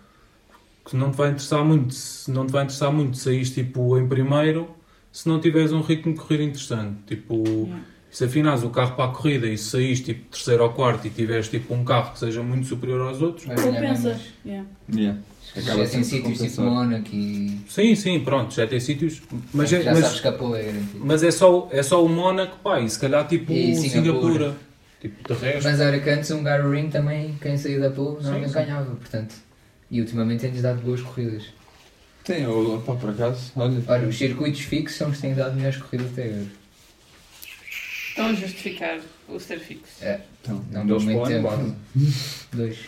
S3: que não te vai interessar muito, se não te vai interessar muito saís tipo em primeiro, se não tiveres um ritmo de corrida interessante, tipo, se afinares o carro para a corrida e se saís tipo terceiro ou quarto e tiveres tipo um carro que seja muito superior aos outros,
S4: Vai ganhar bem
S9: Compensa.
S4: mais.
S9: Yeah.
S6: Yeah. Acaba
S4: Exceto em
S6: sempre por
S4: sítios tipo
S6: compensar.
S4: Mónaco e.
S3: sim, sim, pronto, já tem sítios, mas é,
S4: já sabes
S3: mas,
S4: que a pole é garantida.
S3: mas é só, é só o Mónaco, pá, e se calhar tipo
S4: E
S3: Singapura.
S4: Singapura.
S3: tipo de resto,
S4: Mas era que antes um Garo Ring também, quem saía da pole não
S3: Sim, sim.
S4: ganhava, portanto. E ultimamente tem-nos dado boas corridas.
S6: Tem, eu- pá, por acaso, olha.
S4: Ora, os circuitos fixos são os que têm dado melhores corridas até agora.
S7: Estão a justificar o ser fixo.
S6: Então,
S4: Não,
S6: eles
S4: muito
S6: para lá
S4: tempo.
S6: embaixo.
S4: Dois.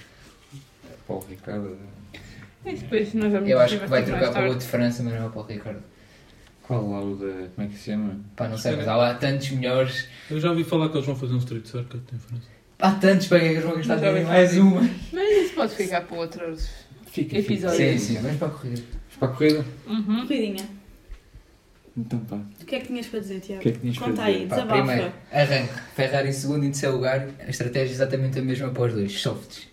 S6: Para o Ricardo.
S7: E depois nós vamos
S4: Eu acho que
S7: divertir
S4: vai
S7: mais
S4: trocar para o
S7: tarde.
S4: outro de França, mas não é para o Ricardo.
S6: Qual lá o da. Como é que se chama?
S4: Pá, não sei, mas há lá tantos melhores.
S3: eu já ouvi falar que eles vão fazer um street circuit em França.
S4: Há tantos para que é que eles vão gastar
S7: Mas já
S4: dinheiro em
S7: vai
S4: mais
S7: fazer.
S4: uma.
S7: Mas isso pode ficar para outros.
S6: Fica.
S7: Episódio.
S4: Sim, sim, vamos para a corrida.
S6: Fica. Para a corrida?
S7: Uhum.
S9: Corridinha.
S6: Então pá.
S9: O que é que tinhas para dizer, Tiago?
S6: O que é que tinhas
S9: Conta
S6: para
S9: aí,
S6: dizer?
S4: Pá,
S9: desabafa.
S4: primeiro, arranque. Ferrari em segundo e em terceiro lugar. A estratégia é exatamente a mesma para os dois. Softs.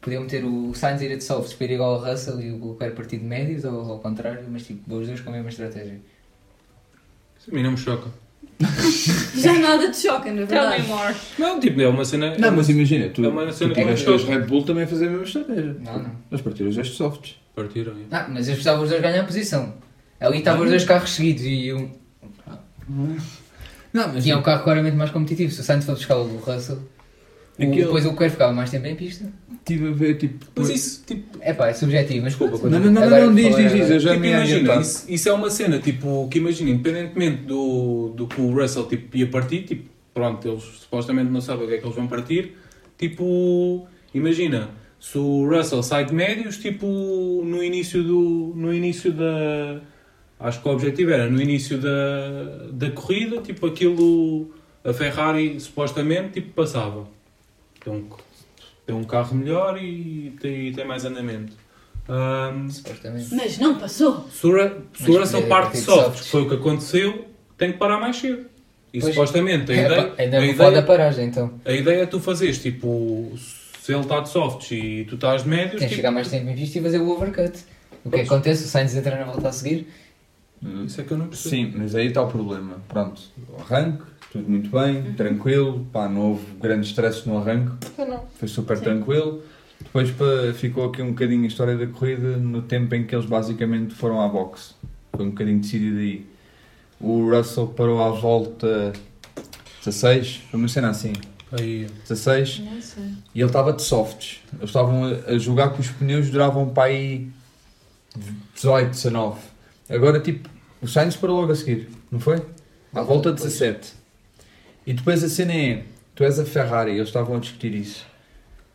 S4: Podiam meter o Sainz ir de softs para ir igual ao Russell e o Leclerc partir de médios ou ao contrário, mas tipo, os dois com a mesma estratégia.
S3: A mim não me choca.
S9: Já nada te choca,
S6: É
S9: na
S7: Tell me
S9: verdade.
S7: more.
S3: Não, tipo, é uma cena.
S6: Não, mas imagina, tu,
S3: É uma
S6: tu
S3: cena
S6: tiveste
S3: que-
S6: os Red Bull também a fazer a mesma estratégia.
S4: Não, não.
S6: Nós partimos estes softs.
S3: Partiram, é.
S4: Ah, mas eles precisavam os dois ganhar a posição. Ali estavam os dois carros seguidos e um,
S10: Não, mas
S4: tinha um carro claramente mais competitivo. Se o Sainz for buscar o Russell, o-
S10: Aquele-
S4: depois o Leclerc ficava mais tempo em pista.
S6: um-
S10: estive a ver, tipo...
S3: Mas
S10: por-
S3: isso, tipo,
S4: É pá, é subjetivo, mas desculpa.
S10: Não,
S4: quando-
S10: não, não, não,
S4: agora
S10: não, diz,
S4: falei
S10: diz, diz,
S4: agora.
S10: eu já
S3: tipo,
S10: me ia
S3: imagina,
S10: adiantar.
S3: isso, isso é uma cena, tipo, que imagina, independentemente do, do que o Russell tipo, ia partir, tipo, pronto, eles supostamente não sabem o que é que eles vão partir, tipo, imagina, se o Russell sai de médios, tipo, no início do, no início da, acho que o objetivo era, no início da, da corrida, tipo, aquilo, a Ferrari, supostamente, tipo, passava. Então, tem um carro melhor e tem, tem mais andamento. Ahm,
S4: Supostamente.
S8: Mas não passou.
S3: se o Ra- se o
S4: Mas
S3: Russell
S4: podia
S3: parte
S4: ter
S3: soft,
S4: softs.
S3: foi o é, que aconteceu, tem que parar mais cedo. E
S4: Pois.
S3: supostamente a
S4: É,
S3: ideia,
S4: pá,
S3: a,
S4: ainda não
S3: ideia,
S4: falo da paragem, então.
S3: a ideia é tu fazeres tipo, se ele está de softs e tu estás de médios,
S4: Tem que
S3: tipo,
S4: chegar mais tempo em pista e fazer o overcut. O que é que acontece? O Sainz entra na volta a seguir.
S3: isso é que eu não percebo.
S6: Sim, mas aí está o problema. Pronto, arranque, tudo muito
S7: Uhum.
S6: bem, tranquilo, pá, não houve grande stress no arranque, foi super tranquilo. Depois pá, ficou aqui um bocadinho a história da corrida no tempo em que eles basicamente foram à boxe. Foi um bocadinho decidido aí. O Russell parou à volta 16, foi uma cena assim,
S3: Aí,
S6: 16,
S5: Não sei.
S6: e ele estava de softs. Eles estavam a, a julgar que os pneus duravam para aí 18, 19. Agora, tipo, o Sainz parou logo a seguir, não foi? À volta de 17. E depois a cena é: tu és a Ferrari, eles estavam a discutir isso.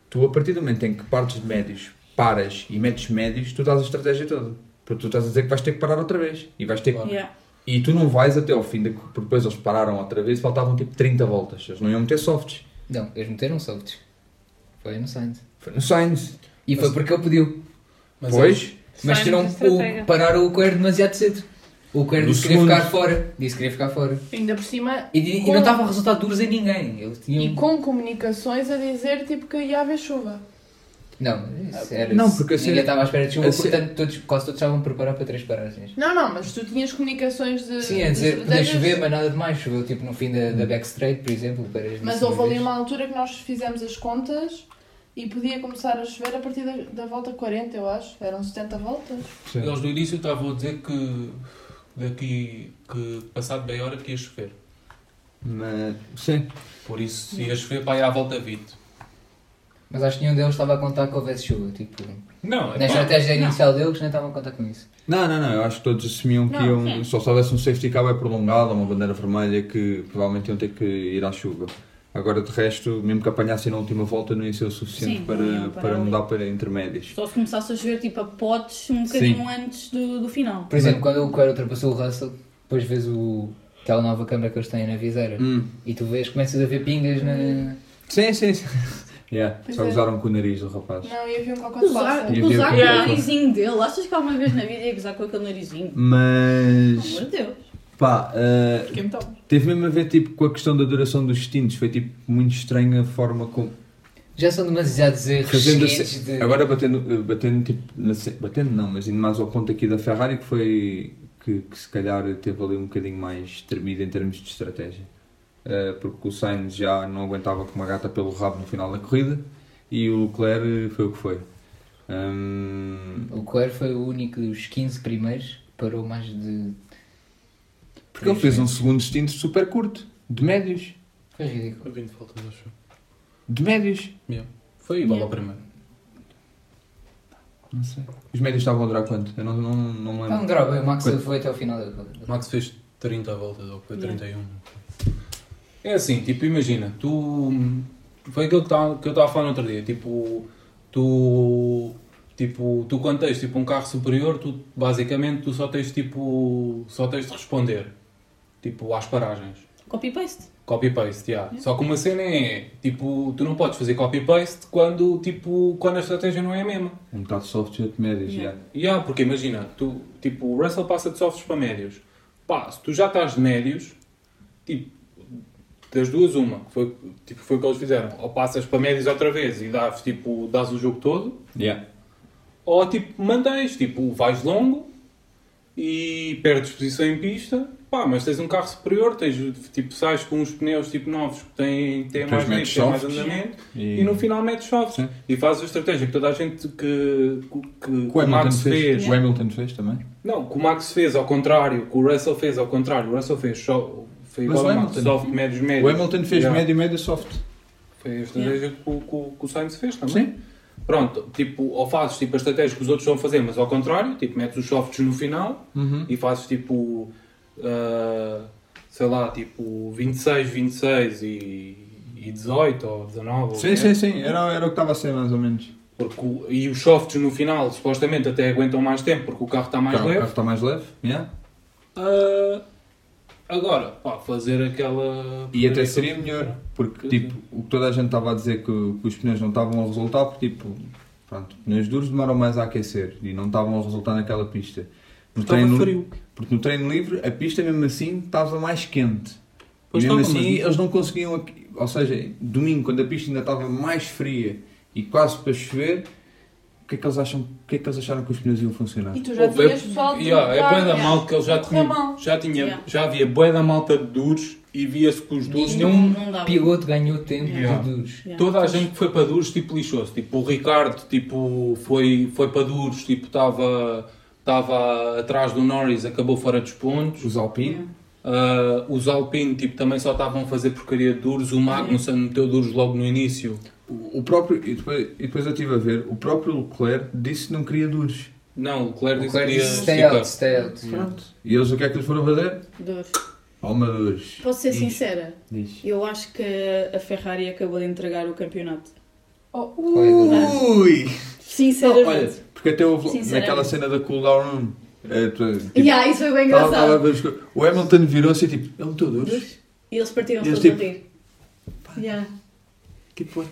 S6: Tu, a partir do momento em que partes de médios, paras e metes médios, tu dás a estratégia toda. Porque tu estás a dizer que vais ter que parar outra vez. E vais ter que
S8: Yeah.
S6: e tu não vais até ao fim, da porque depois eles pararam outra vez e faltavam tipo 30 voltas. Eles não iam meter softs.
S4: Não, eles meteram softs. Foi no Sainz.
S6: Foi no Sainz.
S4: E foi porque ele pediu.
S3: mas
S6: pois.
S4: Mas
S7: Sainz
S5: é
S4: tiram
S7: estratega.
S4: o, pararam o Coelho demasiado cedo. O Coelho
S6: No
S4: disse que queria
S6: segundo.
S4: ficar fora. Disse que queria ficar fora.
S5: Ainda por cima,
S4: E, e
S5: Com-
S4: não estava a resultar duros em ninguém. Eles tinham...
S5: e com comunicações a dizer tipo que ia haver chuva.
S4: Não, isso era...
S6: Não, porque assim, a
S4: Ninguém estava
S6: cena-
S4: à espera de chuva,
S6: a cena-
S4: portanto todos, quase todos estavam a preparar para três paragens.
S5: Não, não, mas tu tinhas comunicações de.
S4: Sim, a
S5: de
S4: dizer, podia
S5: estratégias.
S4: chover, mas nada demais. Choveu tipo no fim da,
S6: Hum.
S4: da back straight, por exemplo. Para as
S5: Mas
S4: décima
S5: houve ali
S4: vez.
S5: uma altura que nós fizemos as contas e podia começar a chover a partir da, da volta 40, eu acho. Eram 70 voltas.
S3: eles no início estavam a dizer que daqui, que passado meia hora que ia chover.
S6: Mas, sim.
S3: Por isso, ia chover para aí à volta 20.
S4: Mas acho que nenhum deles estava a contar que houvesse chuva. Tipo,
S3: Não, é
S4: na
S3: pá,
S4: estratégia inicial deles nem estavam a contar com isso.
S6: Não, não, não. Eu acho que todos assumiam que
S8: Não,
S6: iam, só se houvesse um safety car bem prolongado ou uma bandeira vermelha que provavelmente iam ter que ir à chuva. Agora, de resto, mesmo que apanhassem na última volta, não ia ser o suficiente
S8: Sim, não
S6: para,
S8: iam
S6: para,
S8: parar ali.
S6: mudar para intermédios.
S8: Só se começasse a chover tipo a potes um bocadinho antes do, do final.
S4: Por exemplo, quando o Coelho ultrapassou o Russell, depois vês o, aquela nova câmara que eles têm na viseira.
S6: Hum.
S4: E tu vês, começas a ver pingas na.
S6: Sim, sim, sim. Yeah,
S5: Pois
S6: só
S5: é.
S6: usaram com o nariz do rapaz.
S5: Não, e havia um cocô de
S8: Usar,
S5: pássaro.
S6: E
S8: usar com
S6: havia-
S8: o narizinho dele. Achas que alguma vez na vida ia gozar com aquele narizinho? Pelo
S6: Mas,
S8: amor de Deus.
S6: pá, ah,
S5: Fiquei é muito
S7: Então.
S6: teve mesmo a ver tipo, com a questão da duração dos tintes. Foi tipo muito estranha a forma como.
S4: Já são demasiados erros.
S6: Fazendo
S4: seguintes
S6: assim-
S4: de...
S6: Agora batendo, batendo, tipo, na se- batendo não, mas indo mais ao ponto aqui da Ferrari que foi que, que se calhar teve ali um bocadinho mais tremido em termos de estratégia. Eh, porque o Sainz já não aguentava com uma gata pelo rabo no final da corrida e o Leclerc foi o que foi. Hum,
S4: O Coelho foi o único dos 15 primeiros que parou mais de.
S6: porque ele fez um segundo stint super curto, de médios.
S4: Foi ridículo.
S3: foi 20 voltas, acho.
S6: De médios.
S3: Foi igual ao primeiro.
S6: Não sei. Os médios estavam a durar quanto? Eu não, não, não me
S4: Não,
S6: lembro.
S4: droga, um o Max
S6: Coelho.
S4: foi até ao final da corrida.
S3: Max fez 30 voltas, ou foi
S8: Yeah.
S3: 31. É assim, tipo, imagina, tu. Foi aquilo que, tá- que eu estava a falar no outro dia, tipo, tu. Tipo, tu quando tens tipo, um carro superior, tu basicamente tu só tens tipo. Só tens de responder. Tipo, às paragens.
S8: Copy-paste.
S3: Copy-paste, yeah. Só que uma cena é, tipo, tu não podes fazer copy-paste quando, tipo, quando a estratégia não é a mesma.
S6: Um bocado de soft e outro de médios, já.
S3: E há, porque imagina, tu, tipo, o Russell passa de softs para médios. Pá, se tu já estás de médios, tipo, das duas uma, que foi, tipo, foi o que eles fizeram. Ou passas para médios outra vez e dás, tipo, dás o jogo todo,
S6: Yeah.
S3: ou tipo, mantens, tipo, vais longo e perdes posição em pista, pá, Pá, mas tens um carro superior, tens, tipo, sais com uns pneus tipo novos que têm, têm
S6: Depois
S3: mais
S6: metes
S3: grip, têm mais
S6: softs.
S3: andamento e, no final metes softs.
S6: Sim.
S3: E fazes a estratégia que toda a gente que, que, que
S6: O
S3: o
S6: Hamilton
S3: Max fez.
S6: fez. O Hamilton fez também.
S3: Não, que o Max fez ao contrário, que o Russell fez ao contrário, o Russell fez só. Foi igual
S6: Mas o
S3: ao Max,
S6: Hamilton-
S3: soft, médios, médios.
S6: O Hamilton fez
S3: Yeah.
S6: médio, médio, soft.
S3: Foi a estratégia que, o- que o- que o Sainz fez também.
S6: Sim.
S3: Pronto, tipo, ou fazes tipo, a estratégia que os outros vão fazer, mas ao contrário, tipo, metes os softs no final
S6: Uhum.
S3: e fazes tipo, ah, sei lá, tipo 26, 26 e, e 18 ou 19. ou o que
S6: Sim,
S3: é.
S6: sim, sim. Era, era o que estava a ser, mais ou menos.
S3: Porque, o- e os softs no final supostamente até aguentam mais tempo porque o carro está mais
S6: Claro, O
S3: leve.
S6: carro está mais leve. yeah.
S3: Ah, agora, pá, fazer aquela.
S6: E até seria melhor, porque tipo, o que toda a gente estava a dizer que, que os pneus não estavam a resultar, porque tipo, pronto, pneus duros demoram mais a aquecer e não estavam a resultar naquela pista. No
S3: Estava
S6: treino,
S3: frio.
S6: Porque no treino livre a pista mesmo assim estava mais quente.
S3: Pois
S6: e mesmo
S3: estava,
S6: assim
S3: mas-
S6: eles não conseguiam, aqui- ou seja, domingo quando a pista ainda estava mais fria e quase para chover, o que é que eles acham, o que é que eles acharam que os pneus iam funcionar?
S9: E tu já
S3: Houve-
S9: tinhas pessoal de
S3: Yeah, é bué da
S9: Yeah.
S3: mal que ele já
S9: Correu
S3: tinha,
S9: mal.
S3: já tinha,
S9: Yeah.
S3: já havia bué da malta de duros e via-se que os duros
S4: Nenhum
S9: não dava.
S4: piloto ganhou tempo
S3: Yeah.
S4: de duros.
S9: Yeah.
S3: Toda a gente que foi para duros, tipo, lixou-se. Tipo, o Ricardo, tipo, foi, foi para duros, tipo, estava estava atrás do Norris, acabou fora dos pontos.
S6: Os Alpine,
S3: Ah, os Alpine, tipo, também só estavam a fazer porcaria de duros. O Magnussen meteu duros logo no início.
S6: o, o próprio, e depois, e depois eu estive a ver, o próprio Leclerc disse que não queria duros.
S3: Não, o Claire
S4: O
S3: disse que
S4: Claire
S3: queria
S4: disse stay
S3: ficar.
S4: out, stay out.
S6: Pronto. E eles o que é que eles foram fazer?
S9: Dor.
S6: Almadores.
S8: Posso ser
S6: Diz.
S8: sincera?
S6: Diz.
S8: Eu acho que a Ferrari acabou de entregar o campeonato.
S5: Oh,
S6: Ui!
S8: Sinceramente.
S6: Olha, porque até houve
S8: Sinceramente.
S6: naquela cena da cooldown room. é, tu- tipo,
S8: Yeah, isso foi bem
S6: tava-
S8: engraçado.
S6: tava a ver os co- o Hamilton virou-se e tipo, ele meteu duros.
S8: E eles partiram
S6: Eles
S8: todos
S6: tipo-
S8: a rir. Yeah.
S6: Tipo, what?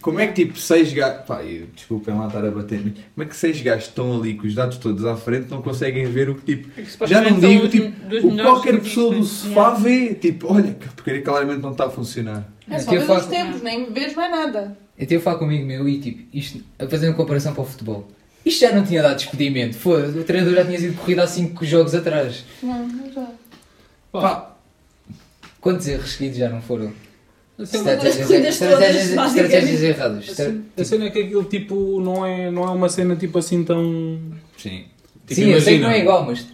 S6: como é que tipo seis gajos. Pá, eu- desculpem lá estar a bater-me. Como é que seis gajos estão ali com os dados todos à frente não conseguem ver o que tipo. Já não digo, tipo, o qualquer pessoa do sofá vê, tipo, olha, que porcaria claramente não está a funcionar.
S5: É só
S4: Que eu
S5: ver os
S4: faço-
S5: tempos, nem vês mais nada.
S4: Então Eu tive a falar comigo meu e tipo, isto, a fazer uma comparação para o futebol. Isto já não tinha dado despedimento, foda-se, o treinador já tinha sido corrido há 5 jogos atrás.
S5: Não, não já.
S6: Pá,
S4: Quantos erros seguidos já não foram?
S8: as corridas todas,
S4: estratégias, er-,
S8: basicamente.
S4: estratégias erradas.
S3: A cena- A cena é que aquilo, tipo, não é, não é uma cena, tipo, assim tão...
S6: sim.
S3: Tipo,
S4: Sim, eu sei que
S3: imagina.
S4: não é igual, mas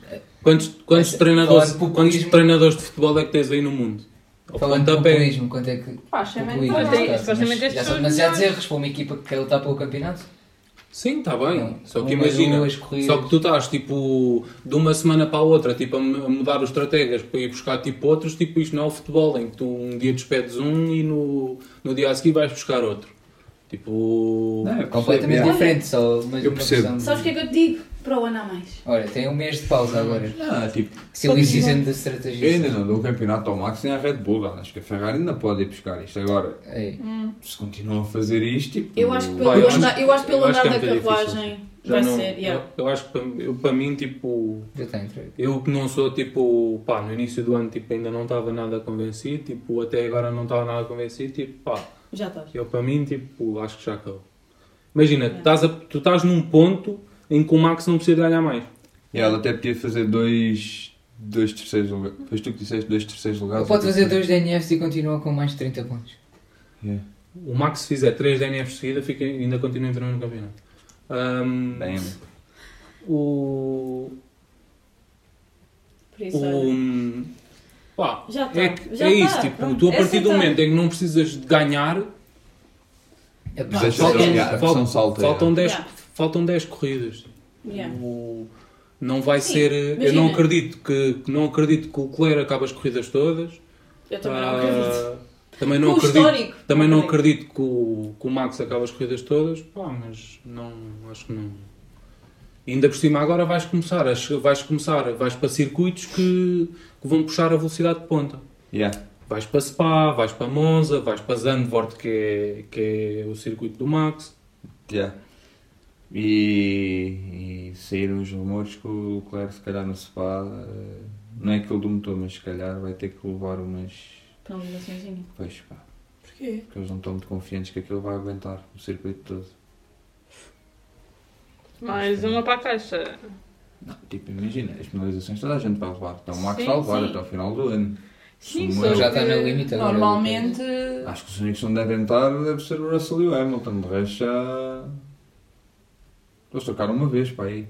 S3: Quantos, quantos,
S4: Esse-
S3: treinadores,
S4: falando de populismo-
S3: quantos treinadores de futebol é que tens aí no mundo? Ao
S4: falando de
S3: pontapé.
S4: populismo, quanto é que.
S7: Pá, chamei-
S4: populismo,
S7: Mas
S4: neste
S7: tem-
S4: caso,
S7: supostamente
S4: mas
S7: as
S4: já
S7: pessoas
S4: são demasiados
S7: melhores.
S4: erros para uma equipa que quer lutar pelo campeonato.
S3: Sim, está bem.
S4: Não,
S3: Só que
S4: uma,
S3: imagina.
S4: duas corridas.
S3: Só que tu estás tipo de uma semana para a outra tipo, a mu- a mudar os estratégias para ir buscar tipo outros, tipo isto não é o futebol, em que tu um dia despedes um e no, no dia a seguir vais buscar outro. Tipo.
S6: Não, eu percebo,
S4: é Completamente
S6: yeah.
S4: diferente, só mas
S6: Eu
S4: uma
S6: percebo.
S4: questão de-
S8: Sabes o que é que eu te digo? Para o ano há mais.
S4: Olha, tem um mês de pausa agora.
S6: Ah, tipo,
S4: Se eu isso dizendo da estratégia.
S6: eu ainda não dou o campeonato ao Max nem à Red Bull. Acho que a Ferrari ainda pode ir buscar isto agora.
S4: Ei,
S6: se continuam a fazer isto, tipo,
S8: Eu acho que
S3: Vai, eu
S8: pelo
S3: acho-
S8: andar, eu acho pelo
S3: eu acho
S8: andar
S3: que
S8: da
S3: é muito difícil.
S8: carruagem
S3: já
S8: vai
S3: não-
S8: ser. Yeah.
S3: eu, eu acho que para, eu, para mim, tipo,
S4: já está entregue.
S3: eu que não sou tipo, pá, no início do ano tipo, ainda não estava nada convencido, tipo, até agora não estava nada convencido, tipo, pá,
S8: Já estás.
S3: Eu, para mim, tipo, acho que já acabou. Imagina,
S8: É.
S3: tu estás, a- tu estás num ponto em que o Max não precisa de ganhar mais.
S6: E ela até podia fazer dois, dois terceiros lugares. Depois tu que disseste dois terceiros lugares.
S4: Eu posso fazer dois DNFs e continuar com mais de 30 pontos.
S6: Yeah.
S3: O Max, se fizer 3 DNFs de seguida, fica, ainda continua em primeiro no campeonato. Ahm,
S6: Bem,
S3: o.
S8: Por isso, olha.
S3: o pá,
S8: Já tá,
S3: é, que-
S8: já
S3: é
S8: tá,
S3: isso, tipo,
S8: pronto.
S3: tu a
S8: É
S3: partir do
S8: aceitável.
S3: momento em que não precisas de ganhar,
S4: É pá,
S6: Deixa
S4: só-
S6: de
S3: faltam,
S6: jogar, a pressão
S3: faltam,
S6: salta.
S3: faltam, 10,
S8: Yeah.
S3: faltam 10 corridas.
S8: Yeah.
S3: O- Não vai
S8: É. Sim,
S3: ser. Eu não
S8: imagina.
S3: acredito que, que não acredito que o Leclerc acabe as corridas todas.
S8: Eu também não
S3: Ah,
S8: acredito.
S3: Também não
S8: Com o
S3: acredito,
S8: histórico.
S3: também não acredito que, o, que o Max acabe as corridas todas, pá, mas não, acho que não. Ainda por cima agora vais começar, a che- vais começar, vais para circuitos que, que vão puxar a velocidade de ponta.
S6: yeah.
S3: Vais para Spa, vais para Monza, vais para Zandvoort, que é, que é o circuito do Max.
S6: Yeah. E, e saíram os rumores que o Leclerc, se calhar, no Spa, eh, não é aquele do motor, mas se calhar vai ter que levar umas.
S3: Ah,
S8: Penalizaçãozinha.
S6: Pois pá,
S5: Porquê?
S6: porque eles não estão muito confiantes que aquilo vai aguentar o circuito todo.
S7: Mais uma para a caixa.
S2: Não, tipo, imagina, as penalizações toda a gente vai levar. Então o Max
S7: Sim,
S2: vai levar
S7: sim.
S2: até ao final do ano.
S7: Sim,
S2: Sim,
S7: só
S4: já
S7: que
S4: está no limite agora.
S6: Normalmente.
S2: Acho que os únicos que não devem estar deve ser o Russell e o Hamilton. De resto já. Eles trocaram uma vez para aí.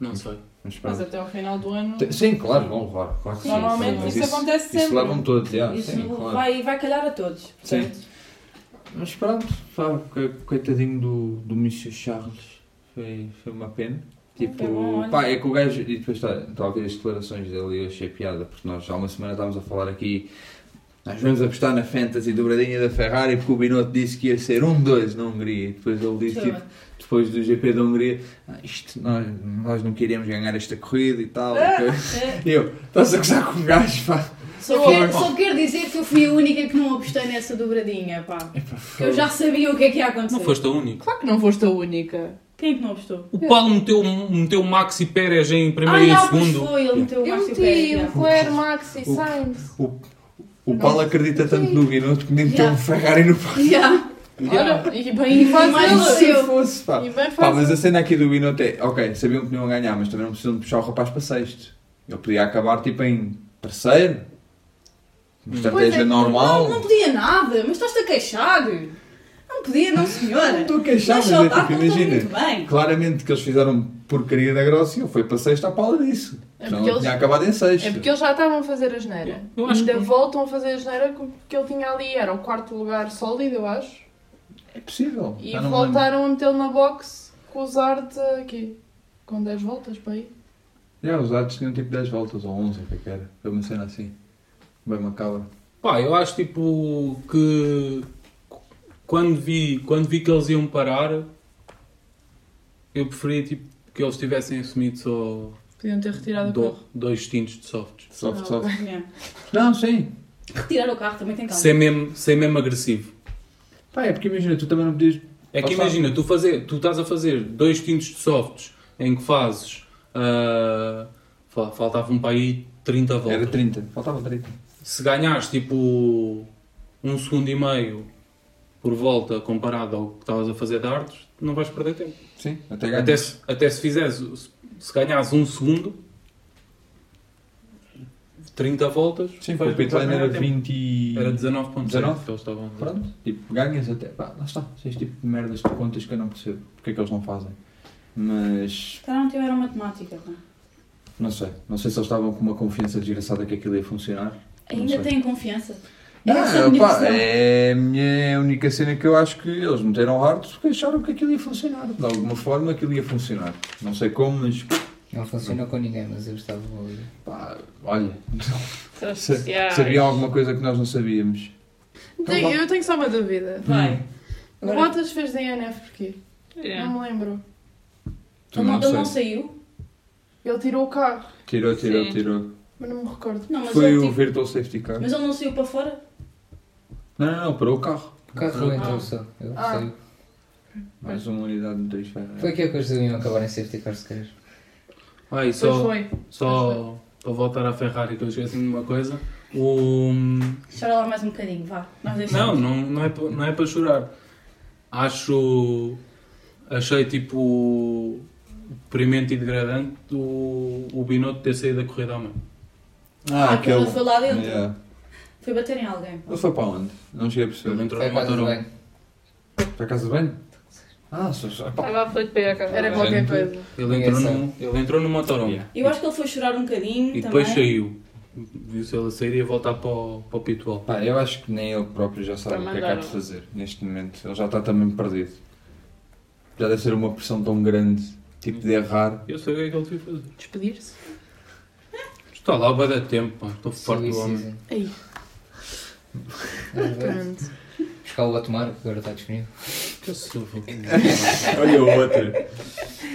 S3: Não sei.
S2: Mas pronto.
S6: Mas até ao final do ano.
S7: é um
S2: Te- Sim, claro, vão levar. Claro que sim.
S6: Normalmente
S2: Mas
S6: isso acontece
S2: isso
S6: sempre.
S2: levam todos, já.
S8: Isso
S2: Sim, claro.
S8: vai, vai calhar a todos.
S2: Sim.
S8: Sim.
S2: Mas pronto, sabe, co- coitadinho do, do Monsieur Charles. Foi, foi uma pena. Tipo,
S8: Foi bom, olha.
S2: pá, é que o gajo. E depois está está a ouvir as declarações dele e eu achei piada, porque nós há uma semana estávamos a falar aqui. Nós vamos apostar na Fantasy dobradinha da Ferrari porque o Binotto disse que ia ser um 2 na Hungria. E depois ele disse, tipo, depois do GP da Hungria, "Ah, isto, nós, nós não queríamos ganhar esta corrida e
S8: Ah,
S2: tal. e coisa." E eu, estás a gozar com o gajo, pá.
S8: Só quero, só quero dizer que eu fui a única que não apostei nessa dobradinha, pá. Que eu já sabia o que é que ia acontecer.
S3: É, Não foste a única.
S5: Claro que não foste a única.
S8: Quem é que não apostou?
S3: O Paulo meteu, um meteu Maxi Pérez em
S8: Ah,
S3: primeiro e em
S8: já, pois
S3: segundo.
S8: foi, ele meteu o
S5: Eu
S8: Márcio
S5: meti um.
S8: Pérez. já.
S5: Leclerc, Max e Sainz.
S2: O Paulo acredita tanto no Binotto que nem meteu
S3: Então-
S2: um Ferrari no pau.
S8: Já.
S5: Olha, e bem faz
S8: mais um
S5: ele.
S8: se eu.
S2: fosse, pá.
S5: E
S2: Pá,
S5: bem faz
S2: mas
S5: ele.
S2: a cena aqui do Binotto é, ok, sabiam que não iam ganhar, mas também não precisam de puxar o rapaz para sexto. Ele podia acabar tipo em terceiro. Uma
S8: Pois
S2: estratégia
S8: é,
S2: normal.
S8: Não, não podia nada, mas estás-te a queixar. Não podia, não senhora.
S2: estou a queixar,
S8: Mas
S2: mas
S8: só
S2: é
S8: está
S2: tipo,
S8: muito
S2: imagina.
S8: bem.
S2: Claramente que eles fizeram porcaria da grossa e ele foi para sexto à pala disso.
S5: É
S2: Senão ele
S5: porque eles-
S2: tinha acabado em sexto.
S5: É porque eles já estavam a fazer a geneira.
S3: Eu acho
S5: Ainda voltam a fazer a geneira porque ele tinha ali, era o quarto lugar sólido, eu acho.
S2: É possível.
S5: E
S2: Já não me lembro.
S5: voltaram a metê-lo na box com os arte aqui. Com 10 voltas para aí.
S2: Já, os atos tinham tipo 10 voltas ou 11, o que é que era. Foi uma cena assim. Bem macabra.
S3: Pá, eu acho tipo que quando vi, quando vi que eles iam parar, eu preferia tipo, que eles tivessem assumido só
S6: Podiam ter retirado o
S3: do-
S6: carro.
S3: dois tintos de softs.
S2: Soft, soft.
S8: Yeah.
S2: Não, sim.
S8: Retirar o carro também tem calma.
S3: Sem mesmo, sem mesmo agressivo.
S2: Pá, é porque imagina, tu também não podias.
S3: É
S2: Ou
S3: que
S2: sabe-
S3: imagina, tu, fazer, tu estás a fazer dois tintos de softs em que fazes. ah, fa- faltavam para aí 30 voltas.
S2: Era 30, faltava 30.
S3: se ganhares tipo um segundo e meio por volta comparado ao que estavas a fazer de artes, não vais perder tempo.
S2: Sim, até ganhas.
S3: Até se, até se fizeres, se, se ganhares um segundo, 30 voltas,
S2: Sim,
S3: vais-
S2: o pit
S3: vais
S2: lane
S3: ganhar
S2: era
S3: tempo.
S2: 20. e-
S3: Era 19.7
S2: 19?
S3: que eles estavam a dizer.
S2: Pronto, tipo, ganhas até. Pá, lá está. Seis tipo de merdas de contas que eu não percebo porque é que eles não fazem. Mas.
S8: Se calhar não tiveram matemática, pá.
S2: Não sei. Não sei se eles estavam com uma confiança desgraçada que aquilo ia funcionar.
S8: Ainda
S2: sei.
S8: têm confiança. É essa a
S2: Não,
S8: minha
S2: pá,
S8: visão.
S2: Ah, é a minha única cena que eu acho que eles meteram hard porque acharam que aquilo ia funcionar. De alguma forma aquilo ia funcionar. Não sei como, mas.
S4: Não funcionou com ninguém, mas eu estava ali.
S2: Pá, olha.
S7: Sabes?
S2: sa-
S7: Yeah.
S2: Sabiam alguma coisa que nós não sabíamos. Então
S5: Tenho- Então eu tenho só uma dúvida.
S8: Vai.
S5: O
S8: Agora-
S5: Bottas fez DNF porquê?
S7: Yeah.
S5: Não me lembro.
S2: Tu
S8: Ele não, ele não
S2: sei.
S8: saiu.
S5: Ele tirou o carro,
S2: Tirou, tirou,
S7: Sim.
S2: tirou.
S5: mas não me recordo.
S8: Não, mas,
S2: Foi
S8: ele,
S2: o
S8: tipo-
S2: Virtual Safety Car.
S8: mas ele não saiu para fora.
S2: Não, não, não, parou o carro.
S4: O
S3: Ah,
S4: carro entrou só. Eu
S5: Ah.
S4: sei.
S2: Mais uma unidade de dois Ferrari.
S4: Foi aqui a coisa do iam acabar em safety car se calhar.
S3: Ah,
S2: Então,
S3: e
S5: Pois
S3: só,
S5: foi.
S3: só para voltar à Ferrari que eu esqueci de uma coisa. O,
S8: Chora lá mais um bocadinho, vá. Nós
S3: Não,
S8: deixamos.
S3: não, não, é, pa- não é para chorar. Acho. Achei tipo. deprimente e degradante o, o Binotto ter saído da corrida à mão.
S8: Ah, aquele foi lá dentro.
S2: Yeah.
S8: Foi bater em alguém. pá.
S2: Ele foi para onde? Não cheguei a
S3: Ele
S2: perceber.
S3: entrou
S4: Foi
S3: no
S4: a casa do
S3: um motor.
S4: bem.
S2: Para casa de banho? Ah, só, só, pá.
S7: Estava a flipear a cara.
S5: Era qualquer é coisa.
S3: Ele entrou, no, ele entrou um. no motorhome.
S8: Eu acho que ele foi chorar um bocadinho
S3: E
S8: também.
S3: depois saiu. Viu-se ele a sair e a voltar para o, para o pitwall.
S2: Pá, eu acho que nem ele próprio já sabe
S7: Para
S2: o que é que há de
S7: mandar. um.
S2: fazer neste momento. Ele já está também perdido. Já deve ser uma pressão tão grande, tipo de errar.
S3: Eu sei o que é que ele devia fazer.
S5: Despedir-se.
S3: Está lá, vai dar tempo, pá. Estou farto do homem.
S4: Suicídio.
S5: Aí,
S4: Vamos ver.
S5: pronto.
S4: Buscar o Otmar, que agora está disponível.
S3: Que surra.
S2: Olha o outro.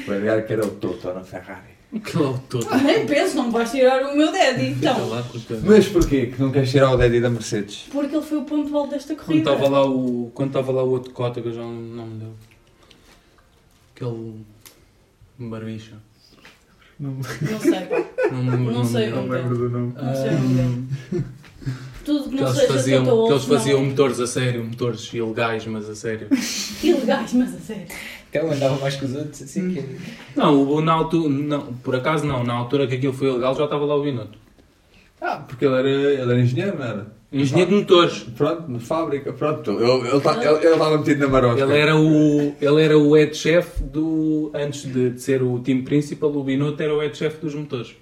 S2: O Edgar que era o Toto na Ferrari.
S3: Que lá o todo.
S8: Nem penso, não me vais tirar o meu daddy.
S3: Fica
S8: Então,
S3: lá com o teu-
S2: Mas porquê que não queres tirar o Daddy da Mercedes?
S8: porque ele foi o ponto alto desta
S3: Quando
S8: corrida.
S3: estava lá o. Quando estava lá o outro cota que eu já não, não me deu. Aquele. Barbicha.
S8: Não sei, pá.
S3: Não me lembro.
S8: Não sei,
S3: o nome
S8: não
S3: dele.
S8: lembro.
S2: do nome.
S8: Não sei o nome dele. Tudo que
S3: Que
S8: não
S3: eles,
S8: seja
S3: faziam,
S8: Toto Wolff,
S3: que eles faziam
S8: não.
S3: motores a sério, motores ilegais, mas a sério.
S8: Ilegais, mas a sério.
S4: Aquela que ele andava mais que os outros, assim que.
S3: Não, o- na altura, não, por acaso não, na altura que aquilo foi ilegal já estava lá o Binotto.
S6: Ah, porque ele era, ele era engenheiro, não era?
S3: Engenheiro de motores.
S6: Pronto, na fábrica, pronto. Ele ele tá- ele- ele estava metido na marota.
S3: Ele era o, ele era o head chef do. Antes de, de ser o time principal, o Binotto era o head chef dos motores.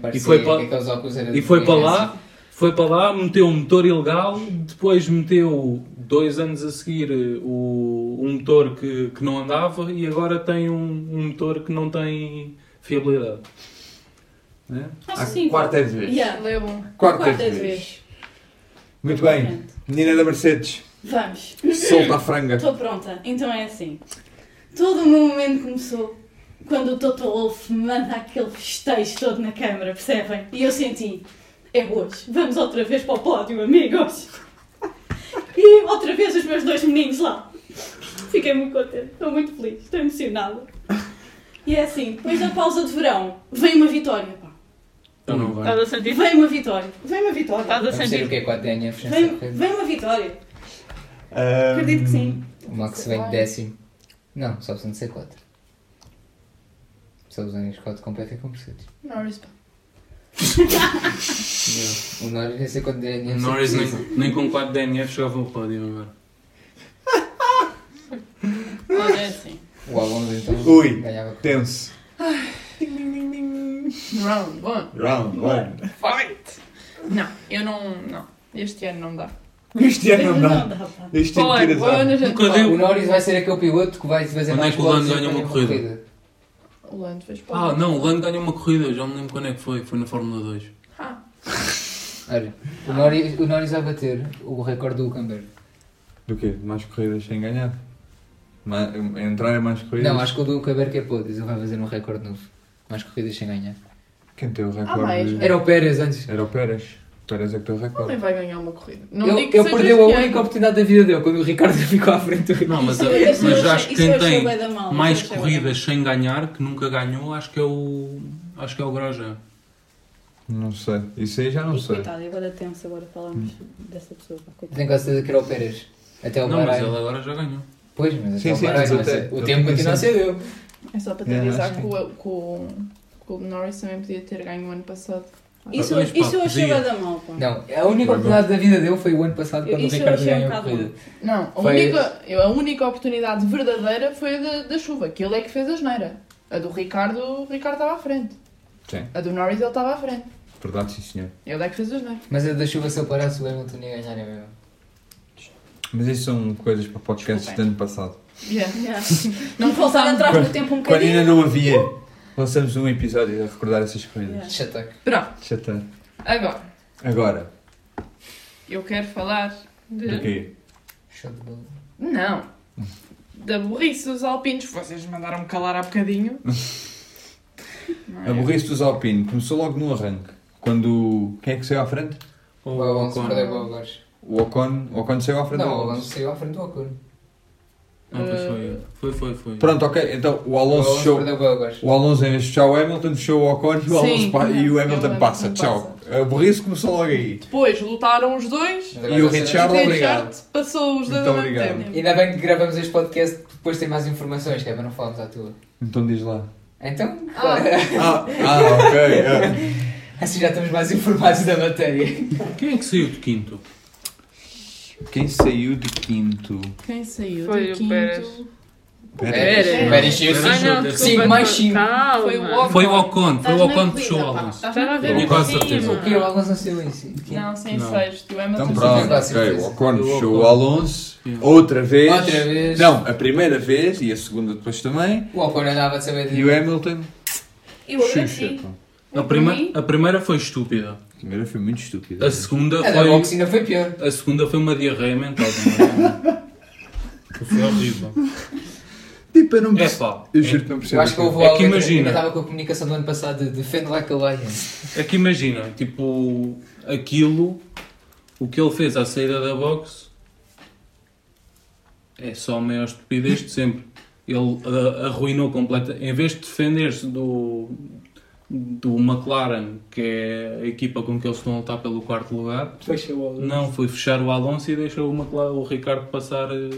S4: parecia
S3: foi pa-
S4: que aqueles óculos eram
S3: E
S4: de
S3: foi para
S4: criança.
S3: lá, foi para lá, meteu um motor ilegal, depois meteu dois anos a seguir eh, o, um motor que, que não andava e agora tem um, um motor que não tem fiabilidade.
S6: Né?
S2: Ah,
S8: Acho
S6: A
S8: sim.
S6: quarta vez.
S8: Yeah.
S5: Ele é bom.
S6: Quarta,
S8: Quarta
S6: vez.
S8: vez.
S6: Muito bem. Menina da Mercedes,
S8: Vamos.
S6: solta a franga.
S8: Estou pronta. Então é assim. Todo o meu momento começou quando o Toto Wolff manda aquele festejo todo na câmara, percebem? E eu senti, é hoje, vamos outra vez para o pódio, amigos! E outra vez os meus dois meninos lá. Fiquei muito contente, estou muito feliz, estou emocionada. E é assim, depois da pausa de verão, vem uma vitória. pá.
S3: Então não vai.
S7: Estás a sentir?
S8: Vem uma vitória, vem uma vitória.
S7: Estás a
S4: Vamos ver o
S7: sentir?
S4: que é que o ADN é
S8: Vem,
S4: francês.
S8: vem uma vitória. Acredito que sim.
S4: O Max vem de décimo. Não, só precisam de ser 4. Só os únicos 4 competem com Mercedes.
S5: Norris, pá.
S4: O Norris nem sei quando é nem
S3: O
S4: sei
S3: Norris
S4: que
S3: nem,
S4: precisa.
S3: nem com 4 DNF chegava ao pódio agora.
S5: Ah,
S7: Olha, é assim.
S4: O Alonso então
S6: Ui.
S4: ganhava com
S6: Tenso.
S5: Round one.
S6: Round one.
S7: Fight!
S5: Não, eu não. Não. Este ano não dá.
S3: É
S6: Este ano não dá.
S8: dá, pá.
S6: Este
S5: Para o
S6: ano
S5: ano,
S6: tiras
S5: para o ano
S6: a.
S5: a gente
S3: Nunca
S5: fala.
S3: deu.
S4: O Norris vai ser aquele piloto que vai fazer
S3: Onde é
S4: mais
S3: que o Lando
S4: pontos e
S3: ganha
S4: ganha
S3: uma corrida?
S5: O Lando fez pau.
S3: Ah, não, o Lando ganhou uma corrida, já me lembro quando é que foi, foi na Fórmula 2.
S5: Ah,
S4: Olha, o Norris, o Norris vai bater o recorde do Huckenberg.
S6: Do quê? Mais corridas sem ganhar? Ma- Entrar em mais corridas?
S4: Não, acho que o do Huckenberg é podres. Ele vai fazer um recorde novo. Mais corridas sem ganhar.
S6: Quem tem o
S5: mais,
S6: recorde?
S5: não é?
S4: Era o Pérez antes.
S6: Era o Pérez. O Pérez é que tem o recorde.
S5: também vai ganhar uma corrida. Não
S4: Ele,
S5: digo que
S4: ele
S5: seja
S4: perdeu a
S5: este
S4: única
S5: ano.
S4: oportunidade da vida dele quando o Ricardo ficou à frente do Ricardo.
S3: Não, mas,
S8: Isso é eu
S3: mas
S8: achei-
S3: acho que
S8: isso
S3: quem
S8: eu achei
S3: tem
S8: bué da mal,
S3: mais
S5: é
S8: isso é eu achei bué da
S3: corridas sem ganhar, que nunca ganhou, acho que é o. Acho que é o Grosjean.
S6: Não sei. Isso aí já não
S8: E
S6: sei. Hum.
S8: coitado, eu vou dar tenso agora falarmos dessa pessoa. pá, coitado.
S4: Tenho quase certeza que era o Pérez. Até o
S3: Não, mas
S4: Bahrein.
S3: ele agora já ganhou.
S4: Pois, mas
S6: Sim,
S4: até
S6: sim,
S4: o Bahrein.
S6: mas
S4: mas
S6: até-
S4: o
S6: eu
S4: tempo
S6: também
S4: continua a
S6: sei.
S4: ser dele.
S5: É só para te
S6: É,
S5: avisar
S6: acho
S5: que o, que o- que o Norris também podia ter ganho o ano passado.
S8: Isso,
S3: Mas, pá,
S8: isso eu achei
S3: podia.
S8: bué da mal, pá.
S4: Não, a única oportunidade da vida dele foi o ano passado
S8: Eu-
S4: quando o
S8: isso eu
S4: Ricardo
S8: achei um
S4: ganhou a
S8: bocado
S4: corrida.
S5: Não, a,
S4: Foi-
S5: única, a única oportunidade verdadeira foi a da, da chuva, que ele é que fez a geneira. A do Ricardo, o Ricardo estava à frente.
S6: Sim.
S5: A do Norris, ele estava à frente.
S6: Verdade, sim, senhor.
S5: Ele é que fez a geneira.
S4: Mas a da chuva, se eu parasse, o Hamilton ia ganhar, é mesmo?
S6: Mas isso são coisas para podcasts do
S5: Desculpem.
S6: ano passado.
S5: Yeah.
S8: Yeah.
S5: Não
S8: Não voltar
S5: voltava.
S8: atrás no tempo um
S6: Quando ainda
S8: bocadinho.
S6: não havia, lançamos um episódio a recordar essas coisas.
S8: Yeah.
S4: Chataque.
S5: Pronto,
S6: Chata.
S5: agora,
S6: Agora,
S5: eu quero falar
S6: do
S5: de...
S6: quê?
S4: Show de bola.
S5: Não. Da burrice dos alpinos. Vocês mandaram-me calar há bocadinho. Não é?
S6: A burrice dos Alpine começou logo no arranque. Quando. Quem é que saiu à frente?
S4: O Alonso perdeu o Alonso.
S6: O Ocon. O Ocon saiu à frente
S4: Não,
S6: do
S4: o
S6: Alonso.
S4: Alonso saiu à frente do Ocon.
S3: Não, pois
S5: Eh,
S3: foi, foi, foi, foi.
S6: Pronto, ok. Então o
S4: O
S6: Alonso
S4: Alonso
S6: fechou.
S4: perdeu o Alonso.
S6: O Alonso em vez de fechar o Hamilton, fechou o Ocon e o,
S5: Sim.
S6: Alonso pa- e o
S5: Não,
S6: Hamilton
S5: ele
S6: passa.
S5: Hamilton
S6: Tchau. A burrice começou logo aí.
S5: Depois lutaram os dois.
S6: E o Richard,
S5: Richard
S6: obrigado.
S5: Passou os dois
S6: Muito
S5: ao mesmo
S6: obrigado.
S5: tempo.
S4: é Ainda bem que gravamos este podcast, porque depois tem mais informações, que é para não falarmos à tua.
S6: Então diz lá.
S4: Então,
S5: Ah,
S6: Ah, ah ok. ah.
S4: assim já estamos mais informados da matéria.
S3: Quem é que saiu de quinto?
S6: Quem saiu de quinto?
S5: quem saiu
S7: Foi
S5: do
S7: o
S5: quinto?
S7: Pérez.
S4: É,
S5: Pérez.
S4: Pérez
S7: Ah,
S4: saiu
S3: Pérez saiu
S4: cinco.
S3: desse-
S4: Cinco mais cinco.
S7: Calma.
S5: Foi o Ocon.
S3: Foi o Ocon, foi
S5: é Estás
S3: o Ocon
S5: na
S3: que fechou o
S5: corrida, pá.
S3: Alonso.
S5: Estás na
S3: Tenho
S5: corrida
S3: quase
S5: por
S3: certeza.
S5: cima.
S4: O que? O Alonso não saiu em cinco.
S5: Não, sem
S3: Não.
S5: sexto. O Hamilton
S6: Então
S5: saiu
S6: pronto,
S4: Sim, sim,
S6: ok,
S4: sim.
S6: o Ocon
S3: O
S6: fechou
S3: Ocon.
S6: o Alonso
S3: Sim.
S6: outra vez.
S4: Outra vez.
S6: Não, a primeira vez e a segunda depois também.
S4: O Ocon andava a saber de...
S6: E o Hamilton,
S8: Eu
S6: Xuxa.
S4: assim.
S8: agradeci.
S6: pá.
S5: É
S3: A, prime a primeira foi estúpida.
S6: A primeira foi muito
S4: É
S6: estúpida. né?
S3: A
S4: assim.
S3: segunda
S4: A da boxe
S3: foi.
S4: ainda foi pior.
S3: A segunda foi uma diarreia mental. também. foi horrível.
S6: Tipo, eu não
S3: É
S6: perce-
S3: pá.
S6: Eu juro que não percebo.
S4: Eu acho que houve
S3: É que
S4: alguém
S3: imagina.
S4: estava com a comunicação do ano passado de defende like a lion.
S3: É que imagina, tipo, aquilo, o que ele fez à saída da box é só a maior estupidez de sempre. Ele ah, arruinou completa. Em vez de defender-se do, do McLaren, que é a equipa com que eles estão a lutar pelo quarto lugar,
S4: Depois chegou
S3: não, foi fechar o Alonso e deixou o, McLaren, o Ricardo passar eh,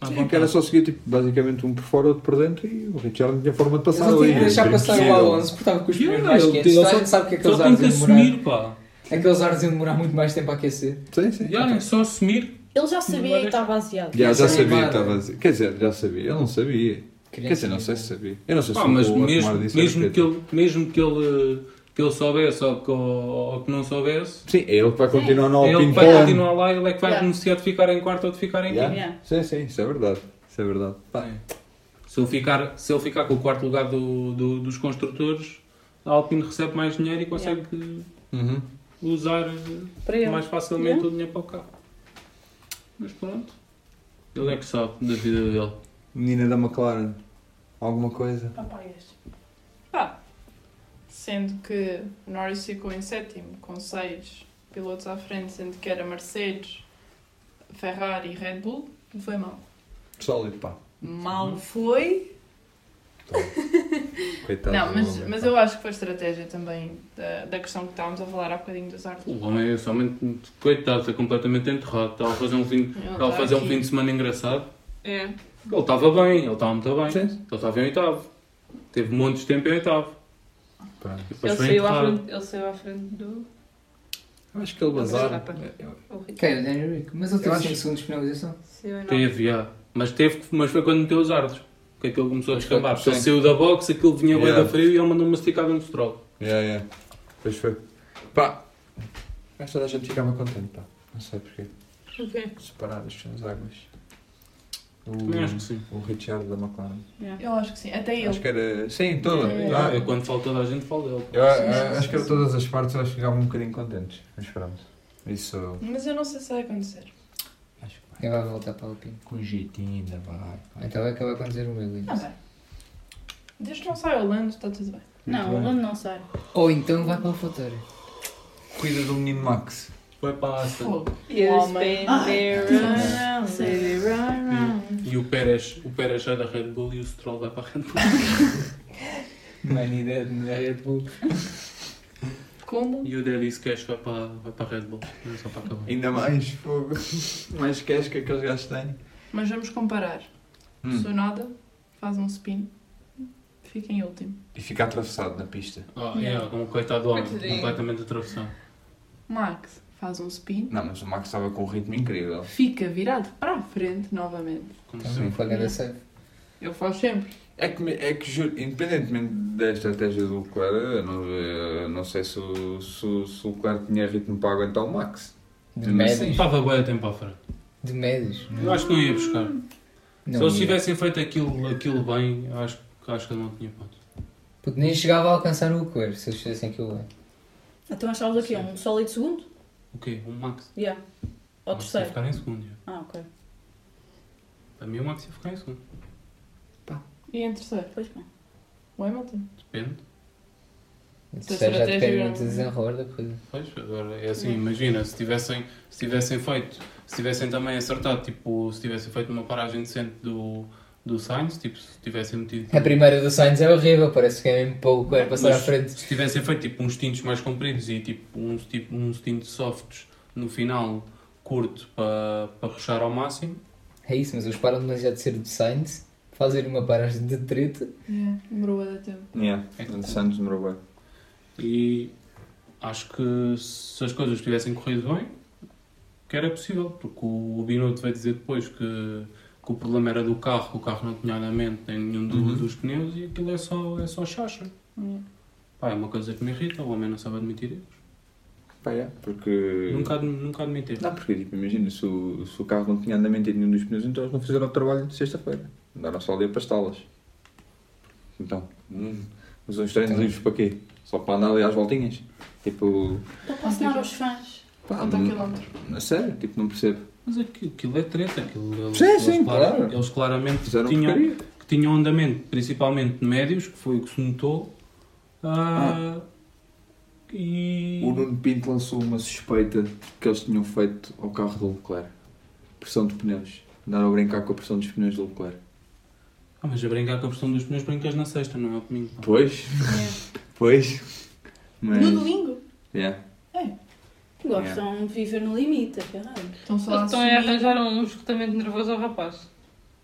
S3: à
S6: Sim,
S3: vontade.
S6: que era só seguir tipo, basicamente um por fora, outro por dentro e o Richard não tinha forma de
S4: Eles
S6: passar
S4: não
S6: ali.
S4: tinham que deixar
S6: era
S4: passar o
S6: impossível.
S4: Alonso, porque estava com os pneus
S3: Yeah,
S4: mais
S3: ele-
S4: quentes.
S3: ele
S4: Toda a
S3: só-
S4: gente sabe que aqueles
S3: Só tem
S4: ares
S3: que
S4: iam demorar. É
S3: assumir, pá.
S4: Aqueles ares iam demorar muito mais tempo a aquecer.
S6: Sim, sim.
S3: Yeah, é só assumir.
S8: Ele já sabia que estava baseado.
S6: Já, já
S4: Sim,
S6: sabia que
S4: claro.
S6: estava a dizer. Quer dizer, já sabia. Eu não sabia. Quer dizer, não sei se sabia. Eu não sei se
S3: Pá, Ah,
S6: o-
S3: mas
S6: o Otmar
S3: mesmo,
S6: disse
S3: mesmo,
S6: era
S3: que
S6: preto.
S3: ele, mesmo que ele, que ele soubesse ou que, ou que não soubesse,
S6: Sim, é ele que vai continuar na
S3: ele
S6: Alpine
S3: vai
S6: para o ano.
S3: continuar lá, ele é que vai
S8: Yeah.
S3: beneficiar de ficar em quarto ou de ficar em quinto.
S6: Yeah. Sim, sim, isso é verdade. Isso é verdade. Pá,
S3: Se ele ficar, se ele ficar com o quarto lugar do- do- dos construtores, a Alpine recebe mais dinheiro e consegue
S6: Uhum.
S3: usar
S7: Para ele.
S3: mais facilmente o dinheiro para o carro. Mas pronto. Ele é que sabe da vida dele.
S6: Menina da McLaren, alguma coisa?
S5: Papaias. Pá, sendo que Norris ficou em sétimo, com seis pilotos à frente, sendo que era Mercedes, Ferrari e Red Bull, foi mal.
S6: Sólido, pá.
S5: Mal foi.
S3: Tá
S6: Coitado.
S5: não,
S6: do
S5: mas,
S3: então.
S6: homem,
S5: mas
S6: pá.
S5: eu acho que foi estratégia também da, da questão que estávamos a falar há bocadinho dos árbitros.
S3: O homem é somente. Coitado, está completamente enterrado. Estava a fazer um fim,
S5: Ele
S3: estava a
S5: tá
S3: fazer um
S5: aqui.
S3: fim de semana engraçado.
S7: É.
S3: Ele estava bem, ele estava muito bem.
S6: Sim.
S3: Ele estava em oitavo. Teve montes de tempo em oitavo.
S6: Pá.
S3: E depois
S7: Ele
S3: foi
S7: saiu, à
S3: enterrado.
S7: frente, ele saiu à frente do.
S6: Eu acho que ele bazar. Eu-
S4: Quem? O Daniel Rick. Mas ele
S6: Eu
S4: teve
S6: acho-
S4: 5 segundos de penalização.
S7: Saiu em nove.
S3: Teve, já. Mas, teve, que- mas foi quando meteu os ardos que aquilo começou a
S6: Pois foi,
S3: descambar. Porque ele
S6: sim.
S3: saiu da box, aquilo vinha bem
S6: Yeah.
S3: da frio e ele um mandou uma esticada no stroll.
S6: Yeah, yeah. Pois foi. Pá, mas toda a gente ficava contente, pá. Não sei porquê.
S7: O quê?
S6: Separadas são as águas.
S3: Também acho que
S6: O,
S3: sim.
S6: o Richard da McLaren.
S5: Eu acho que sim, até ele.
S6: Acho que era. Sim, toda.
S7: É.
S3: Ah, eu quando falo toda a gente, falo dele.
S6: Eu, eu acho que era todas as partes, elas ficavam um bocadinho contentes. Mas pronto. Isso.
S5: Mas eu não sei se vai acontecer.
S6: Acho que vai.
S4: Quem vai voltar para o Alpine?
S6: Com jeitinho ainda vai. vai.
S4: Então vai acabar com dizer o meu lindo.
S5: Ah, bem. Desde que não saia o Lando, está tudo bem.
S6: Muito
S8: Não, o
S6: bem.
S8: Lando não sai.
S4: Ou então vai para o Fatório.
S6: Cuida do menino Max.
S3: Foi para a Aston.
S5: Fogo.
S7: You've
S5: Homem. Ah,
S7: been
S8: Ah.
S7: there around, baby, round, round.
S3: E o Pérez, o Pérez é da Red Bull e o Stroll vai para a Red Bull.
S4: Money Dead na Red Bull.
S5: Como?
S3: E o Daddy's Cash vai para, vai para a Red Bull. Não é só para acabar.
S6: Ainda mais fogo. mais queres que aqueles gajos têm.
S5: Mas vamos comparar.
S6: Hum.
S5: Sonada faz um spin, fica em último.
S6: E fica atravessado na pista.
S3: Ah, é, como coitado do homem,
S7: Coitadinho.
S3: completamente atravessado.
S5: Max faz um spin,
S6: Não, mas o Max estava com um ritmo incrível.
S5: fica virado para a frente novamente.
S3: Como
S6: Sim.
S4: Foi a grande save.
S5: Eu faço sempre.
S6: É que, me- é que juro, independentemente da estratégia do Leclerc, eu não, eu não sei se, o- se, o- se o Leclerc tinha ritmo para aguentar o Max.
S4: De
S6: Mas
S3: se-
S4: médios.
S3: Estava bem a tempo à frente.
S4: De médios.
S3: Eu acho que não ia buscar.
S4: Não
S3: Se eles
S4: ia.
S3: tivessem feito aquilo, aquilo bem, eu acho, acho que ele não tinha ponto.
S4: Porque nem chegava a alcançar o Leclerc se eles fizessem aquilo bem.
S8: Então achávamos aqui um sólido segundo?
S3: O quê? O Max?
S8: Yeah. Ou
S3: O Max ia
S8: terceiro?
S3: ficar em segundo. já.
S8: Ah, ok.
S3: Para mim o Max ia ficar em segundo.
S5: E em terceiro,
S8: Pois bem.
S5: o Hamilton.
S3: Depende.
S4: O
S5: Essa
S4: terceiro já
S5: estratégia
S4: depende
S5: era-
S4: muito do desenrolar da coisa.
S3: Pois, agora é assim, imagina, se tivessem, se tivessem feito, se tivessem também acertado, tipo, se tivessem feito uma paragem decente do, do Sainz, tipo, se tivessem metido...
S4: A primeira do Sainz é horrível, parece que é mesmo para o Leclerc passar à
S3: Mas
S4: frente.
S3: Se tivessem feito tipo uns tintos mais compridos e tipo uns, tipo, uns tintos softs no final curto para para puxar ao máximo,
S4: É isso, mas eles param demasiado cedo de Sainz, fazem uma paragem de treta.
S5: Yeah, demorou a dar tempo.
S6: Yeah. Santos demorou bem.
S3: E acho que se as coisas tivessem corrido bem, que era possível, porque o Binotto veio dizer depois que, que o problema era do carro, que o carro não tinha andamento nem nenhum do-
S6: Uhum.
S3: dos pneus e aquilo é só, é só chacha.
S5: Yeah.
S3: Pá, é uma coisa que me irrita, o homem não sabe admitir erros.
S6: Pá, yeah, porque...
S3: Nunca, admi- nunca admite erros.
S6: Não, porque tipo, imagina, se o, se o carro não tinha andamento em nenhum dos pneus, então eles não fizeram o trabalho de sexta-feira. Andaram só ali a pastá-las. Então, hum, usam os treinos livres para quê? Só para andar ali às voltinhas? Tipo,
S8: Estou para ensinar Então aos fãs.
S6: pá,
S5: Quanto a
S6: não,
S5: quilómetro?
S6: a sério, tipo, não percebo.
S3: Mas aquilo, aquilo é treta, aquilo, eles,
S6: Sim,
S3: eles
S6: sim,
S3: clara-
S6: claro.
S3: eles claramente
S6: Fizeram um
S3: tinham,
S6: porcaria.
S3: que tinham andamento, principalmente de médios, que foi o que se notou. Ah, E...
S6: O Nuno Pinto lançou uma suspeita que eles tinham feito ao carro do Leclerc. Pressão de pneus. Andaram a brincar com a pressão dos pneus do Leclerc.
S3: Ah, mas a brincar com a questão dos pneus brincas na sexta, não é o domingo. pá.
S6: Pois, pois. Mas,
S5: No domingo?
S6: yeah.
S8: Gostam de é um viver no limite, é caralho.
S5: Estão Então só a
S7: Eles estão a
S5: assumir.
S7: arranjar um esgotamento nervoso ao rapaz.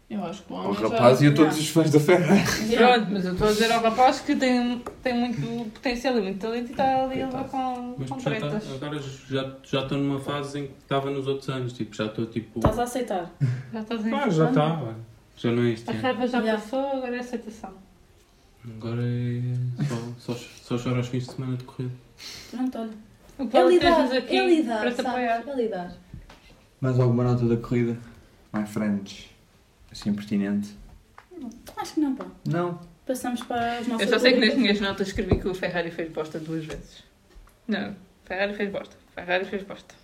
S5: Eu acho que o
S6: Ao
S5: homem já-
S6: rapaz e a todos os fãs da Ferrari.
S7: Pronto, mas eu estou a dizer ao rapaz que tem, tem muito potencial e muito talento e está ali a levar com,
S3: Mas
S7: com
S3: tu já tá,
S7: tretas.
S3: agora já já estou numa fase em que estava nos outros anos, tipo, já estou tipo.
S5: Tá.
S8: Estás a aceitar.
S7: Já estás a
S3: Ah, já está, olha. já não é este
S7: A
S3: ano.
S7: raiva já
S8: Já.
S7: passou, agora é aceitação.
S3: Agora é só, só, só choro aos fins de semana de corrida.
S8: Pronto, olha.
S7: O
S8: É
S7: Paulo
S8: lidar,
S7: tens-nos aqui
S8: é lidar,
S7: para te apoiar.
S8: sabes? É lidar.
S6: Mais alguma nota da corrida? My friends. Assim pertinente.
S8: Acho que não, pá.
S6: Não.
S8: Passamos para as nossas...
S7: Eu só sei que nas
S8: rubricas.
S7: minhas notas escrevi que o Ferrari fez bosta duas vezes. Não, Ferrari fez bosta. Ferrari fez bosta.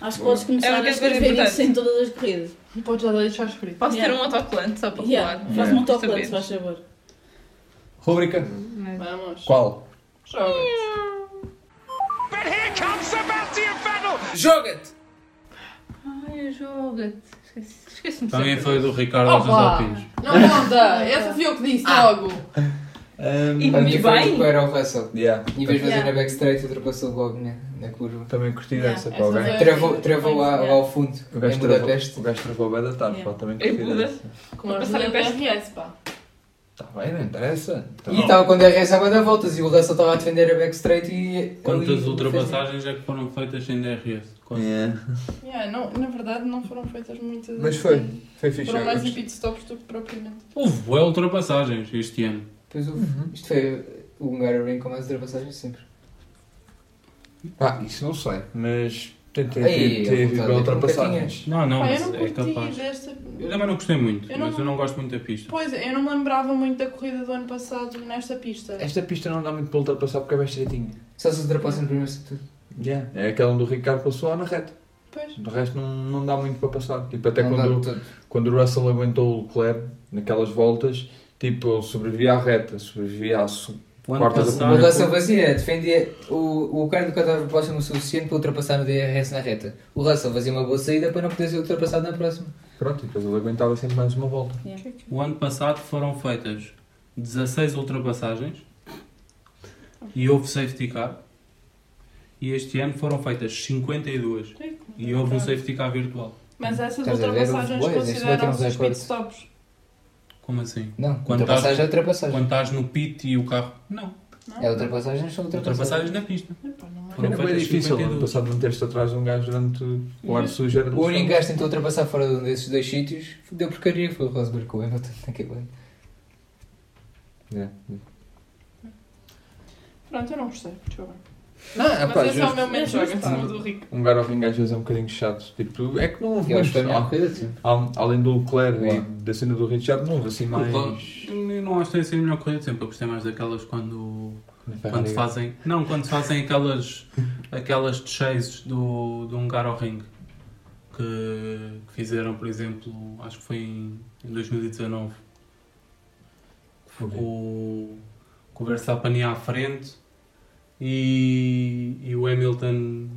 S8: Acho que podes
S7: É
S8: começar
S7: uma
S8: a
S7: coisa
S8: escrever
S7: importante.
S8: isso em todas as corridas.
S5: Podes já deixar escrito.
S7: Posso
S8: Yeah.
S7: ter um autocolante só para
S8: Yeah.
S7: colar?
S8: Faz-me um toque,
S7: Saberes.
S8: se faz favor.
S6: Rúbrica?
S7: Mas-
S5: Vamos.
S6: Qual?
S5: Joga.
S11: But here comes Sebastian Vettel!
S4: Joga-te!
S7: Ai, joga-te. Esqueci- Esqueci-me
S3: Também
S7: sempre.
S3: foi do Ricardo aos
S5: é Opa!
S3: Alpinos.
S5: Não conta! Essa fui eu que disse logo!
S7: E
S4: Para mim
S7: muito
S4: foi
S7: bem.
S4: tipo era o Russell.
S6: Yeah.
S4: Em vez de fazer
S8: Yeah.
S4: na back straight, ultrapassou logo na, na curva.
S6: Também curti
S8: Yeah,
S6: dessa,
S5: essa
S6: pá. O gajo-
S5: foi-
S4: Travou, travou lá, lá ao fundo,
S6: o
S4: em
S6: gajo travou-
S4: Budapeste.
S6: o gajo travou bem da tarde, pá.
S8: Yeah.
S6: Também
S7: Em
S6: curti
S7: Buda.
S6: dessa.
S5: Com a
S7: Passar
S5: ajuda
S7: em
S5: da
S7: peste.
S5: RS, pá.
S6: Tá bem, não interessa. Tá
S4: E
S6: bom.
S4: estava com o DRS à banda voltas e o Russell estava a defender a back straight e. ali
S3: Quantas
S4: fez-
S3: ultrapassagens é que foram feitas sem DRS? Quantas?
S6: Yeah.
S5: Yeah, não, na verdade não foram feitas muitas.
S6: Mas
S5: assim.
S6: foi. Foi fixe.
S5: Foram
S6: eu
S5: mais em
S6: gostei.
S5: pit stops do que propriamente.
S3: Houve bué ultrapassagens este ano.
S4: Depois o-
S6: Uhum.
S4: Isto foi o Hungaroring com mais ultrapassagens sempre.
S6: Pá, Ah, isso não sei, mas tentei
S4: Aí,
S6: ter- ter
S4: a
S6: ter
S4: voltar,
S6: ultrapassagens.
S3: Não, não,
S5: Pá, eu
S3: mas
S5: não
S3: é
S5: curti
S3: capaz.
S5: desta.
S3: Eu também não gostei muito,
S5: Eu não-
S3: mas eu não gosto muito da pista.
S5: Pois é, eu não me lembrava muito da corrida do ano passado nesta pista.
S2: É.
S6: Esta pista não dá muito para ultrapassar porque é bem estreitinha.
S4: Só se ultrapassa no primeiro setor.
S6: Yeah. É aquela onde o Ricardo passou lá na reta.
S5: Pois.
S6: Do resto não, não dá muito para passar. Tipo, até
S4: Não dá
S6: quando,
S4: de todo.
S6: quando o Russell aguentou o Leclerc naquelas voltas, tipo, ele sobrevivia à reta, sobrevivia à su-
S3: O
S6: Quarta do
S4: Mas assim,
S6: Não,
S4: lá
S6: eu-
S4: só fazia, defendia. é, O, o Ricardo que estava próximo o suficiente para ultrapassar no DRS na reta. O Russell fazia uma boa saída para não poder ser ultrapassado na próxima.
S6: Pronto, e depois ele aguentava sempre mais uma volta.
S5: é
S3: O ano passado foram feitas 16 ultrapassagens e houve safety car. E este ano foram feitas 52 e houve um safety car virtual.
S5: Mas essas
S4: Estás a ver,
S5: ultrapassagens
S4: houve boas, isso vai ter uns
S5: consideram-se os pit
S4: recordes.
S5: stops.
S3: Como assim?
S4: Não,
S3: Quando
S4: ultrapassagem
S3: Quando
S4: é ultrapassagem.
S3: estás no pit e o carro. Não.
S4: É ultrapassagem, são ultrapassagens.
S3: Ultrapassagens na pista.
S5: Epá, não é.
S3: Foram
S6: Era bem
S3: feitas
S6: difícil ano
S3: 52.
S6: passado meter-se atrás de um gajo durante o ar sujo. era do
S4: O único
S6: chão.
S4: gajo que tentou ultrapassar fora de um desses dois sítios deu porcaria, foi o Rosberg com o Hamilton naquele ano.
S6: Yeah.
S5: Pronto, eu não gostei. Desculpa.
S6: Não, é
S5: Mas
S6: pá,
S5: esse é o
S6: justo.
S5: meu menos
S8: Justo.
S5: jogo, acima do Rico.
S6: Um garofinho às vezes é um bocadinho chato. Tipo, é que não houve
S4: Eu acho que
S6: muito.
S4: foi a melhor
S6: Ah,
S4: corrida de sempre.
S6: Al- Além do Leclerc
S4: Claro.
S6: e da cena do Richard, não houve assim mais.
S3: Eu não acho que tenha sido a melhor corrida de sempre. Eu gostei mais daquelas quando
S6: Tá
S3: Quando se fazem. Não, quando se fazem aquelas. aquelas chases do, do Hungaro Ring. Que, que fizeram, por exemplo, acho que foi em, em 2019. Foi com o. com o Verstappen ia à frente e, e o Hamilton.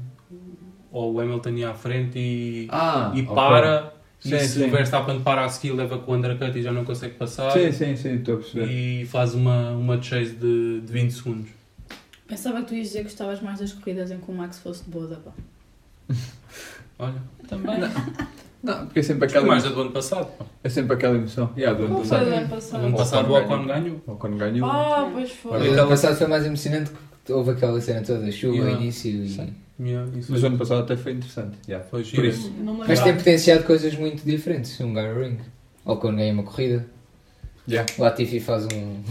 S3: ou o Hamilton ia à frente e,
S6: Ah,
S3: e
S6: ok.
S3: para.
S6: Sim,
S3: e se
S6: sim.
S3: o Verstappen para a seguir, leva com o undercut e já não consegue passar.
S6: Sim, sim, sim, estou a perceber.
S3: E faz uma, uma chase de, de 20 segundos.
S8: Pensava que tu ias dizer que gostavas mais das corridas em que o Max fosse de boda, pá.
S3: Olha.
S5: Também.
S6: Não, porque é sempre
S3: Gostei
S6: aquela,
S3: mais da do ano passado. pá.
S6: é sempre aquela emoção. Yeah, do ano
S5: Como
S3: tá-
S5: foi do ano
S6: passado.
S3: Do ano
S5: passado?
S3: passado o Ocon ganhou.
S6: Ou quando ganhou.
S5: Ah, pois foi.
S4: O ano passado foi mais emocionante que houve aquela cena toda, chuva,
S3: Yeah.
S4: início e.
S6: Sim.
S3: Yeah, isso é
S6: Mas o ano passado até foi interessante. Yeah.
S3: foi
S6: Por
S3: giro.
S6: isso.
S5: Não me
S4: Mas tem
S5: lembrava.
S4: potenciado coisas muito diferentes. Um Garo Ring. Ou quando ganha uma corrida.
S6: Yeah.
S4: O Latifi faz um,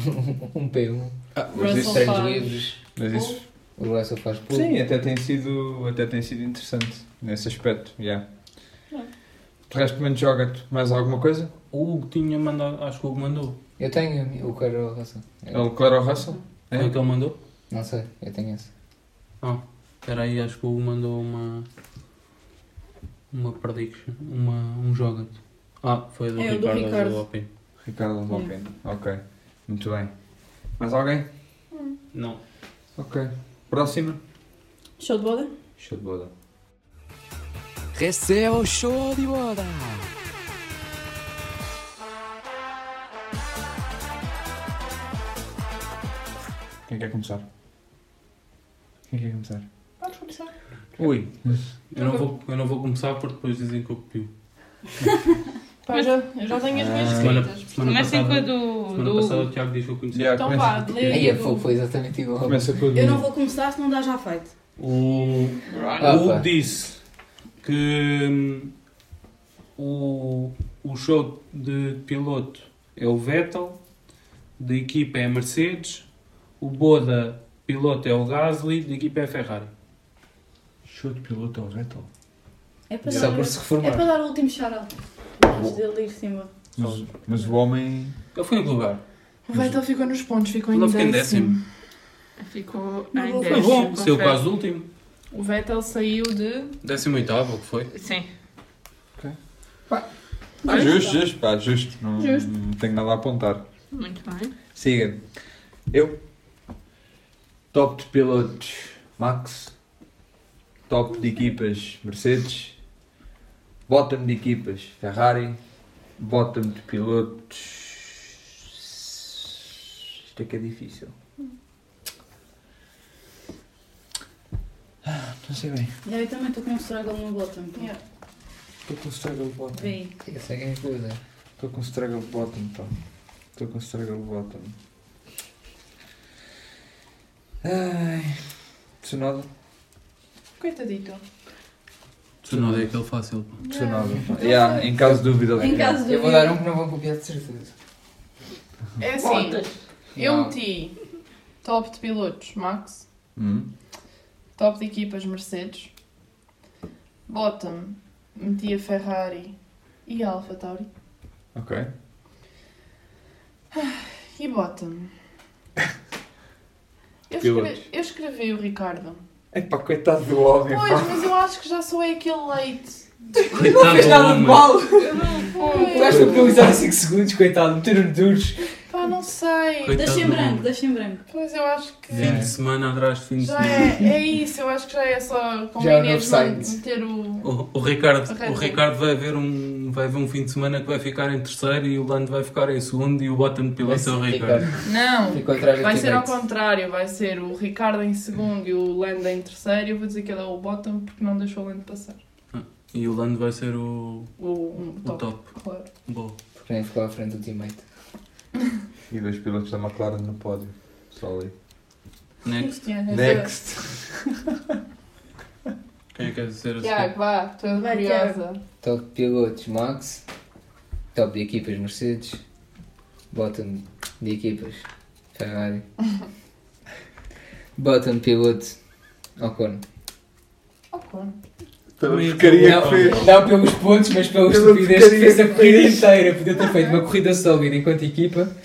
S4: um P1.
S6: Ah, mas
S5: Russell
S6: isso,
S4: Treinos
S5: faz.
S4: livres.
S6: mas isso
S4: O Russell faz pulo.
S6: Sim, até tem sido, até tem sido interessante nesse aspecto. Yeah.
S5: Não.
S6: De resto, menos joga-te mais alguma coisa?
S3: O Hugo tinha mandado, acho que o Hugo mandou.
S4: Eu tenho o Carol Russell.
S6: É o Leclerc ou Russell? É?
S3: Foi o que ele mandou?
S4: Não sei, eu tenho esse.
S3: Espera aí, acho que o Hugo mandou uma. Uma prediction. Uma, um joga Ah, foi do
S8: É, o do
S3: Ricardo,
S8: Ricardo.
S3: do Alpine.
S6: Ricardo Lopin. Ok. Muito bem. Mais alguém?
S3: Não.
S6: Ok. Próxima.
S8: Show de boda?
S6: Show de bola.
S4: Receba o show de bola!
S6: Quem quer começar? Quem quer começar?
S5: Podes começar.
S6: Ui.
S3: Eu não, vou, eu não vou começar porque depois dizem que eu copio.
S5: Pá, já, eu já tenho as minhas escritas.
S3: Semana
S7: Comecem com a
S3: passada,
S7: do.
S3: semana
S7: do...
S3: passada o Tiago diz que eu conheci.
S2: Yeah,
S5: Então
S2: começa-
S5: vá, lê
S4: Aí é
S5: do-
S4: fogo, foi exatamente igual.
S2: Começa com a do-
S8: Eu não vou começar se não dá já feito.
S3: O,
S4: Ah,
S3: o Hugo
S4: pá.
S3: disse que hum, o, o show de piloto é o Vettel, de equipa é a Mercedes, o Boda piloto é o Gasly, de equipa é a Ferrari.
S2: Show de piloto ao Vettel.
S8: É para,
S4: Só
S8: dar,
S4: por se
S8: é
S4: reformar.
S8: para dar o último shout-out. Antes dele ir cima.
S2: Mas, mas o homem.
S3: Ele foi em que lugar?
S5: O Vettel ficou nos pontos, ficou em
S3: Ele fica em
S5: décimo.
S3: décimo.
S7: Ficou
S8: Não
S7: em
S8: vou-
S3: Foi
S7: 10.
S3: bom, saiu quase último.
S5: O Vettel saiu de.
S3: 18 o que foi?
S7: Sim.
S2: Ah, justo, justo, pá, justo. Não,
S8: Justo.
S2: não tenho nada a apontar.
S7: Muito bem.
S2: Siga. Eu. Top de pilotos Max. Top de equipas Mercedes. Bottom de equipas Ferrari. Bottom de pilotos. Isto é que é difícil. Ah, Não sei bem.
S8: Já eu também estou com um struggle no bottom.
S5: Yeah.
S2: Estou com struggle bottom.
S8: Vê aí.
S4: Eu sei quem é que usa.
S2: Estou com struggle bottom, pá. Estou então. com struggle bottom. Ai. Tsunoda.
S5: Coitadito.
S3: Tu não é aquele fácil.
S2: Tsunoda. Yeah, em caso de dúvida.
S8: Em caso de
S4: Eu vou
S8: dúvida.
S4: dar um que não vão copiar de certeza.
S5: É assim, eu
S4: Não.
S5: meti top de pilotos Max,
S2: Hum.
S5: top de equipas Mercedes, bottom meti a Ferrari e a Alfa Tauri.
S2: Ok.
S5: Ah, E bottom. Eu
S2: Pilotos.
S5: escrevi, eu escrevi o Ricardo.
S2: É pá, coitado do homem,
S5: Pois,
S2: pá.
S5: mas eu acho que já sou é aquele leite.
S3: Coitado do homem.
S4: O gajo foi penalizado em 5 segundos, coitado, um meteram duros.
S5: Pá, não sei.
S3: Coitado
S8: Deixa em
S3: do
S8: branco,
S3: homem.
S8: deixa em branco.
S5: Pois eu acho que.
S3: Fim de semana atrás de fim de
S5: Já
S3: semana.
S5: é, é isso, eu acho que já é só com
S4: Já é
S5: o Inês
S4: offside.
S5: meter o.
S3: O, o Ricardo,
S5: O Red
S3: o
S5: Bull.
S3: Ricardo vai, ver um, vai ver um fim de semana que vai ficar em terceiro e o Lando vai ficar em segundo e o bottom de piloto é o Ricardo.
S5: Não!
S4: Ficou atrás do
S5: Vai ser ao
S4: Timete.
S5: contrário, vai ser o Ricardo em segundo e o Lando em terceiro. Eu vou dizer que ele é o bottom porque não deixou o Lando passar.
S3: E o Lando vai ser o,
S5: O, um,
S3: o
S5: top,
S3: top.
S5: claro.
S3: Bom.
S4: Porque nem ficou à frente do teammate.
S2: E dois pilotos da McLaren no pódio. Só ali.
S4: Né?
S3: Next.
S2: Next.
S3: Quem é que quer dizer assim?
S5: Tiago, vá, estou
S8: Vai,
S5: curiosa.
S4: Top de pilotos Max, top de equipas Mercedes, bottom de equipas Ferrari, bottom de piloto Ocon.
S5: Ok.
S3: Também
S2: porcaria
S3: é
S2: que
S3: o-
S2: fez.
S4: Não pelos pontos, mas pela
S2: Pela
S4: estupidez que fez a
S2: porcaria que
S4: corrida inteira. Podia ter feito uma corrida sólida enquanto equipa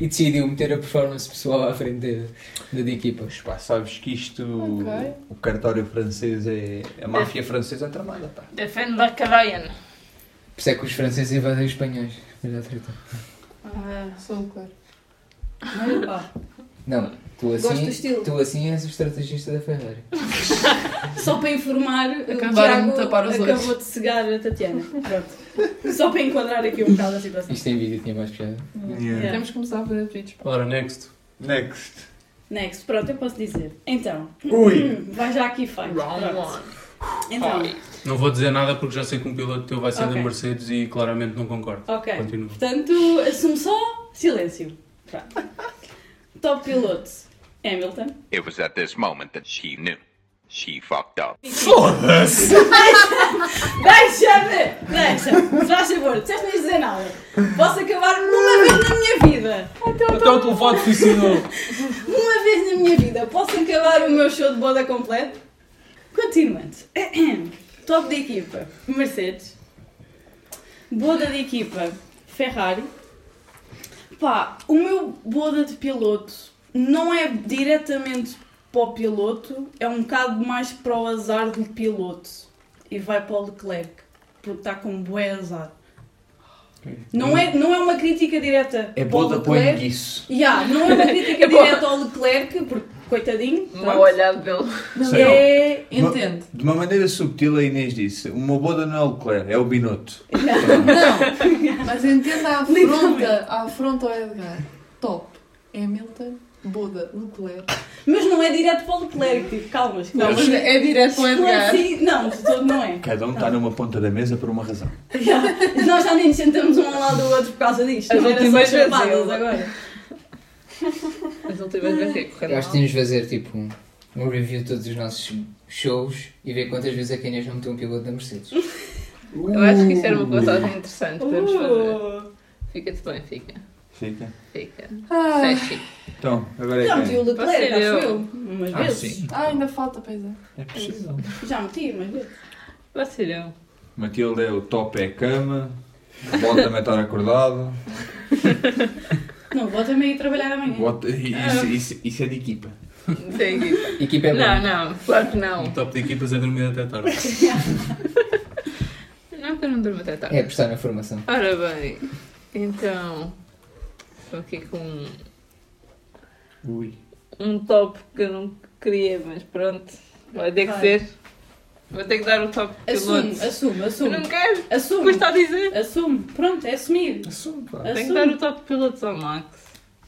S4: e decidiu meter a performance pessoal à frente da- da de equipa.
S2: Mas pá, sabes que isto.
S5: Ok.
S2: O cartório francês é. A máfia francesa é tramada, pá.
S7: Defende da Carayan.
S4: Por isso é que os franceses invadem os espanhóis. Mas já treta.
S8: Ah,
S5: Sou o claro.
S8: olha pá.
S4: Assim, Não, tu
S8: é? Gosto
S4: assim,
S8: do estilo.
S4: tu assim és o estrategista da Ferrari.
S8: Só para informar, o
S5: Acabaram de
S8: Tiago
S5: tapar os olhos.
S8: acabou de cegar a Tatiana. Pronto. Só para enquadrar aqui um bocado a situação.
S4: Isto em vídeo tinha mais piada.
S8: Yeah.
S5: Temos que começar por apelidos.
S3: Ora, next.
S2: Next.
S8: Next, pronto, eu posso dizer. Então,
S2: Ui!
S8: hum, vai já aqui feito. Pronto. Então,
S3: Não vou dizer nada porque já sei que um piloto teu vai ser
S8: Ok.
S3: da Mercedes e claramente não concordo.
S8: ok.
S3: Continua.
S8: Portanto, assumo só silêncio. Pronto. Top piloto, Hamilton.
S12: It was at this moment that she knew. She fucked up.
S8: Deixa-me! Deixa-me! Se faz favor, disseste-me dizer nada. Posso acabar uma vez na minha vida.
S3: Até o telefone suicidou.
S8: Uma vez na minha vida, posso acabar o meu show de boda completo? Continuando. Top de equipa, Mercedes. Boda de equipa, Ferrari. Pá, o meu boda de piloto não é diretamente para o piloto, é um bocado mais para o azar do piloto. E vai para o Leclerc, porque está com um bué azar. Não é, não é uma crítica direta
S2: É
S8: para o
S2: boda põe
S8: Leclerc.
S2: isso.
S8: Ya, não é uma crítica direta ao Leclerc, porque coitadinho.
S7: Uma
S8: pronto.
S7: olhada dele.
S8: É.
S5: Entendo.
S2: De uma maneira subtil, a Inês disse: Uma boda não é o Leclerc, é o Binotto.
S5: Não, mas entenda a afronta,
S8: Literalmente.
S5: a afronta ao Edgar. Top. Hamilton, Buda, Leclerc.
S8: Mas não é direto para o Leclerc, tipo, calmas, calmas.
S7: Mas é direto ao Edgar.
S8: Esclareci- Não, de todo não é.
S6: Cada um está numa ponta da mesa por uma razão.
S8: Já. Nós já nem nos sentamos um ao lado do outro por causa disto.
S7: As
S8: Não era
S7: últimas
S8: só
S7: vezes
S8: chapadas
S7: eu-
S8: agora.
S7: As últimas vezes é que correu
S4: Eu acho que
S7: mal.
S4: tínhamos de fazer tipo um, um review de todos os nossos shows e ver quantas vezes a Canhas não meteu um piloto da Mercedes.
S7: Eu acho que isso era uma
S4: Uh.
S7: contagem interessante para nos fazer.
S8: Uh.
S7: Fica-te bem, fica.
S6: Fica.
S7: Fica.
S5: Ah,
S7: Isso é chique.
S6: Então, agora
S8: Já
S6: é
S8: meti o
S6: quem?
S8: Leclerc,
S7: Você
S8: acho
S7: deu.
S8: eu. Umas
S2: Ah,
S8: vezes.
S2: sim.
S5: ah, ainda falta, pois é.
S6: É possível.
S8: Já meti umas vezes.
S7: Vacilhão.
S6: Matilde é o top é cama. O Bota também estar acordado.
S8: Não, vou também ir trabalhar amanhã.
S6: Bota- Isso, isso- isso é de equipa.
S7: Sim.
S4: Equipe é
S7: Não,
S4: boa.
S7: não, claro que
S10: O
S7: não.
S10: top de equipas é dormir até tarde.
S7: Não que eu não durmo até tarde.
S4: É apostar na formação.
S7: Ora bem, então estou aqui com um,
S6: Ui.
S7: um top que eu não queria, mas pronto, vai ter que
S8: Vai.
S7: ser. Vou ter que dar o top
S8: Assume,
S7: piloto.
S8: assume,
S7: Eu
S8: assume.
S7: não quero,
S8: Assume.
S7: mas está a dizer.
S8: Assume. Pronto, é assumir.
S6: Assume, pá.
S7: Tenho que dar o
S8: Assume.
S7: top piloto ao Max.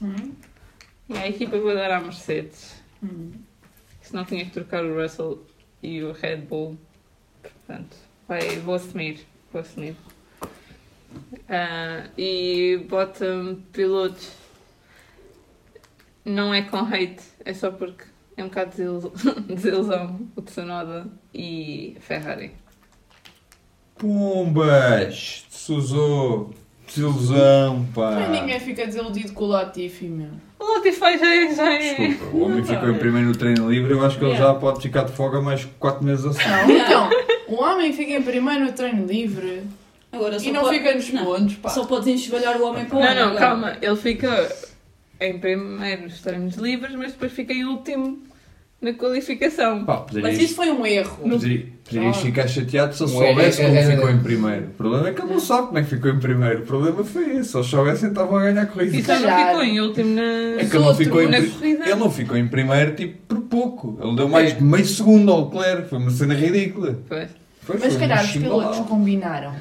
S8: Hum,
S7: E a equipa eu vou dar à Mercedes.
S8: hum.
S7: Se não tinha que trocar o Russell e o Red Bull. Portanto, vai, vou assumir. Vou assumir. Ah, e bottom piloto não é com hate, é só porque é um bocado desil- desilusão o Tsunoda e a Ferrari.
S6: Pumbas! Suzou! Desilusão, pá!
S5: Mas ninguém fica desiludido com o Latifi, meu.
S7: O Latifi já é. Já é.
S6: Desculpa, o homem ficou em primeiro no treino livre, eu acho que ele já pode ficar de folga mais 4 meses assim.
S5: Não, então, um homem fica em primeiro no treino livre
S8: Agora só
S5: e não
S8: pode-
S5: fica nos
S8: não.
S5: pontos, pá.
S8: Só podes enxovalhar o homem para o
S7: Não,
S8: homem.
S7: não,
S8: agora.
S7: calma, ele fica em primeiro nos treinos livres, mas depois fica em último na qualificação.
S6: Pá,
S5: Mas
S6: poderias,
S5: isso foi um erro.
S6: poderi- poderias
S5: Ah.
S6: ficar chateado se ele
S4: Um erro é
S6: soubesse
S4: que
S6: como
S4: era-
S6: ficou em primeiro. O problema é que ele não sabe como é que ficou em primeiro. O problema foi esse. Se eles soubessem, estavam a ganhar a corrida.
S7: E só não
S5: calhar.
S7: ficou em último na.
S6: É que ele não, ficou em
S5: né?
S7: na
S6: pri-
S5: é.
S7: corrida.
S6: ele não ficou em primeiro tipo por pouco. Ele deu mais de meio segundo ao Leclerc. Foi uma cena ridícula.
S7: Pois.
S6: Foi,
S5: Mas se
S6: foi um
S5: calhar os
S6: chimbalau.
S5: pilotos combinaram.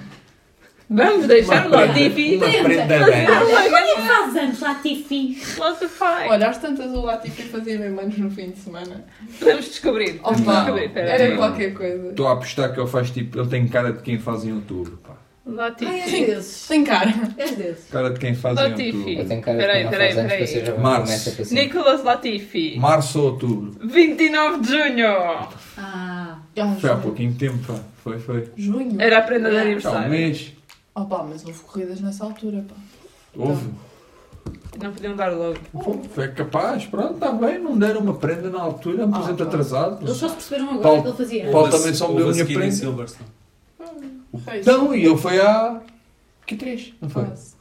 S7: Vamos deixar o
S6: Uma
S7: Latifi.
S6: prenda- uma prenda bem.
S8: é Faz anos, Latifi.
S7: Latifi.
S5: Olha, às tantas o Latifi fazia mesmo anos no fim de semana.
S7: Vamos descobrir. Vamos
S5: Opa,
S7: descobrir,
S8: é
S7: espera.
S5: era
S6: Não.
S5: qualquer coisa.
S6: Estou a apostar que ele faz tipo. Ele tem cara de quem faz em outubro. Pá.
S7: Latifi.
S8: És é desses.
S5: Sem cara.
S8: És desses.
S6: Cara de quem faz
S7: Latifi.
S6: em outubro.
S4: Eu tenho cara
S7: Peraí,
S4: de quem não
S7: peraí,
S4: faz anos
S7: peraí.
S4: para ser um assim. jovem
S6: Março.
S4: promessa para sempre.
S7: Nicolas Latifi.
S6: Março ou outubro?
S7: 29 de junho.
S8: Ah,
S6: Foi há pouquinho tempo, pá. Foi, foi.
S5: É um Junho?
S7: Era a prenda de
S6: Há um
S7: aniversário.
S6: mês.
S5: Oh pá, mas houve corridas nessa altura, pá.
S6: Houve.
S7: Não podiam dar logo.
S6: Houve. Foi capaz. Pronto, está bem. Não deram uma prenda na altura.
S5: Ah,
S6: Um presente atrasado.
S8: eles só se perceberam agora
S6: Paulo-
S8: que ele fazia.
S6: Paulo também só me deu a minha
S10: prenda.
S6: prenda.
S10: Silverstone.
S5: Foi isso.
S6: Então, e ele foi há... Que três? Não foi?
S5: Quase.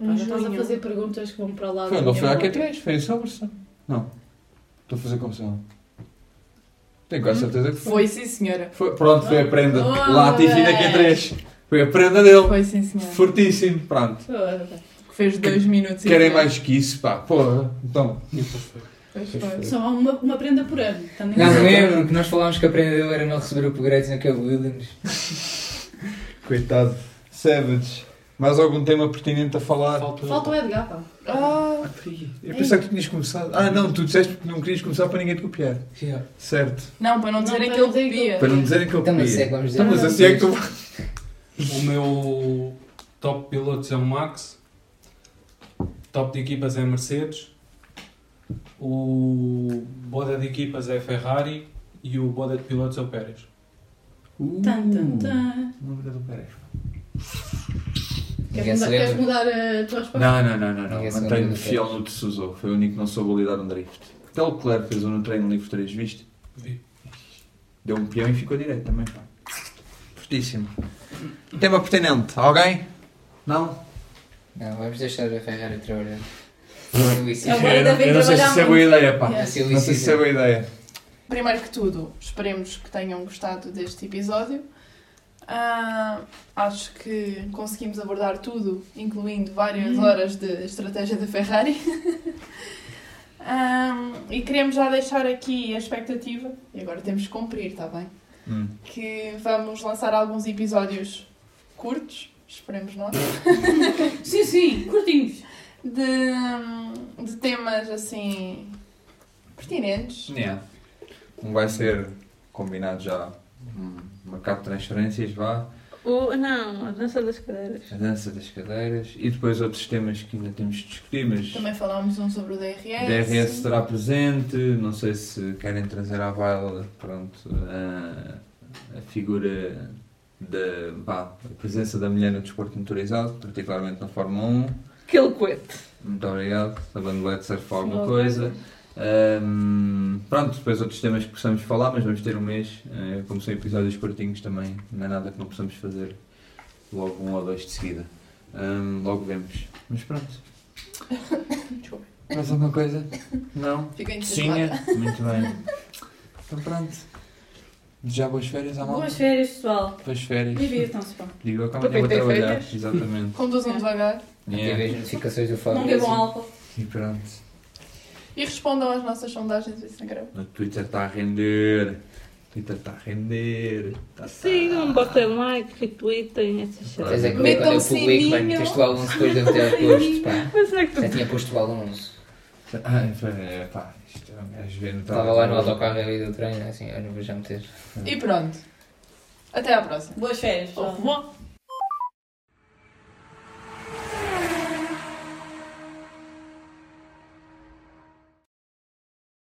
S8: Agora
S5: Em
S8: Estás a
S5: junho.
S8: fazer perguntas que vão para
S5: Ah,
S8: lá.
S6: Foi,
S8: da
S6: não
S8: minha
S6: foi há
S8: memória.
S6: que três. Foi em Somerson. Não. Estou a fazer confusão. Tenho quase
S5: Hum?
S6: certeza que foi.
S5: Foi sim, senhora.
S6: Foi- Pronto, foi a prenda.
S8: Oh,
S6: Lá tive na
S8: bem.
S6: Q3. Foi a prenda dele.
S5: Foi sim, senhora.
S6: Fortíssimo. Pronto.
S8: Foda.
S5: Que fez dois minutos e
S6: Querem
S5: meio.
S6: mais que isso, pá. Porra. Então...
S5: Pois foi.
S8: Só Então há uma, uma prenda por ano. Então, Também
S4: Não me lembro que nós falámos que a prenda dele era não receber upgrades na Cabo Williams.
S6: Coitado. Savage. Mais algum tema pertinente a falar?
S8: Falta o Edgar, pá.
S5: Ah,
S6: Eu pensava que tu tinhas começado. Ah, não, tu disseste que não querias começar para ninguém te copiar. Certo.
S5: não, para não
S8: Não,
S5: dizerem
S8: para
S5: que ele
S8: dizer que
S5: bebia.
S8: eu-
S6: Para não dizerem que eu
S4: Então, mas se é
S6: copia.
S4: que vamos dizer.
S6: Então, mas assim é que tu.
S10: O meu top pilotos é o Max, top de equipas é a Mercedes, o boda de equipas é a Ferrari e o boda de pilotos é o Pérez.
S8: Tan, tan, tan.
S4: Ninguém
S8: Queres
S4: se
S8: mudar, queres
S4: lembra.
S8: mudar eh, a tua resposta?
S6: Não, não, não, não. não.
S4: Ninguém se
S6: Mantenho-me
S4: lembra do
S6: fiel no de Suzo. Foi o único que não soube lidar um drift. Até o Leclerc fez um no treino livre 3, viste?
S10: Vi.
S6: Deu um peão e ficou direito também, pá. Fortíssimo. Tema pertinente. Alguém? Não?
S4: Não, vamos deixar a Ferrari trabalhar.
S8: É uma boa ideia,
S6: eu não sei se isso é boa ideia, pá.
S4: A Silly
S6: Não sei se isso
S4: Season.
S6: é boa ideia.
S5: Primeiro que tudo, esperemos que tenham gostado deste episódio. Ah, acho que conseguimos abordar tudo, incluindo várias horas de estratégia da Ferrari. Ah, e queremos já deixar aqui a expectativa, e agora temos que cumprir, está bem?
S6: Hum.
S5: Que vamos lançar alguns episódios curtos, esperemos nós.
S8: Sim, sim, curtinhos.
S5: de, de temas assim pertinentes.
S6: Yeah. Não vai ser combinado já um mercado de transferências, vá,
S7: O, não, a dança das cadeiras.
S6: a dança das cadeiras e depois outros temas que ainda temos de discutir, mas
S5: Também falámos um sobre o DRS.
S6: DRS estará presente, não sei se querem trazer à baila, pronto, a, a figura da, pá, a presença da mulher no desporto motorizado, particularmente na Fórmula 1.
S7: Aquele coete.
S6: Muito obrigado. A bandolete serve para alguma
S9: Alguma
S6: coisa. Ahm, pronto, depois outros temas que possamos falar, mas vamos ter um mês. Eh, como são episódios curtinhos também, não é nada que não possamos fazer logo um ou dois de seguida. Ahm, logo vemos. Mas pronto.
S5: Desculpa.
S6: Mais alguma coisa? Não?
S5: Fiquei
S6: Sim, é
S5: entusiasmada.
S6: muito bem. Então pronto. Já boas férias à malta.
S8: Boas férias, pessoal.
S6: Boas férias.
S8: Divirtam-se, pá.
S6: Digo eu que
S7: Para
S6: amanhã vou
S7: quem tem
S6: trabalhar.
S7: férias.
S6: Exatamente.
S5: Conduzam devagar
S6: Yeah.
S4: Ativem as notificações do
S8: Não bebam
S4: Fabrício.
S8: álcool.
S6: E pronto.
S5: e respondam às nossas sondagens do Instagram.
S6: O Twitter está a render. O Twitter está a render. Tá, tá.
S7: Sigam, botem like, retweetem, essas
S4: Pois é
S7: coisas.
S4: que quando
S5: Metam
S4: eu publico, bem,
S5: sininho.
S4: meteste o Alonso depois de eu ter posto, pá.
S7: Mas é que tu
S4: Já tinha posto o Alonso.
S6: Ai, foi, é, pá, isto é um gajo ver no
S4: Estava lá no autocarro ali né, do treino, assim, olha, vou já meter.
S5: E pronto. Até à próxima.
S8: Boas férias,
S5: Au
S8: pessoal.
S5: revoir.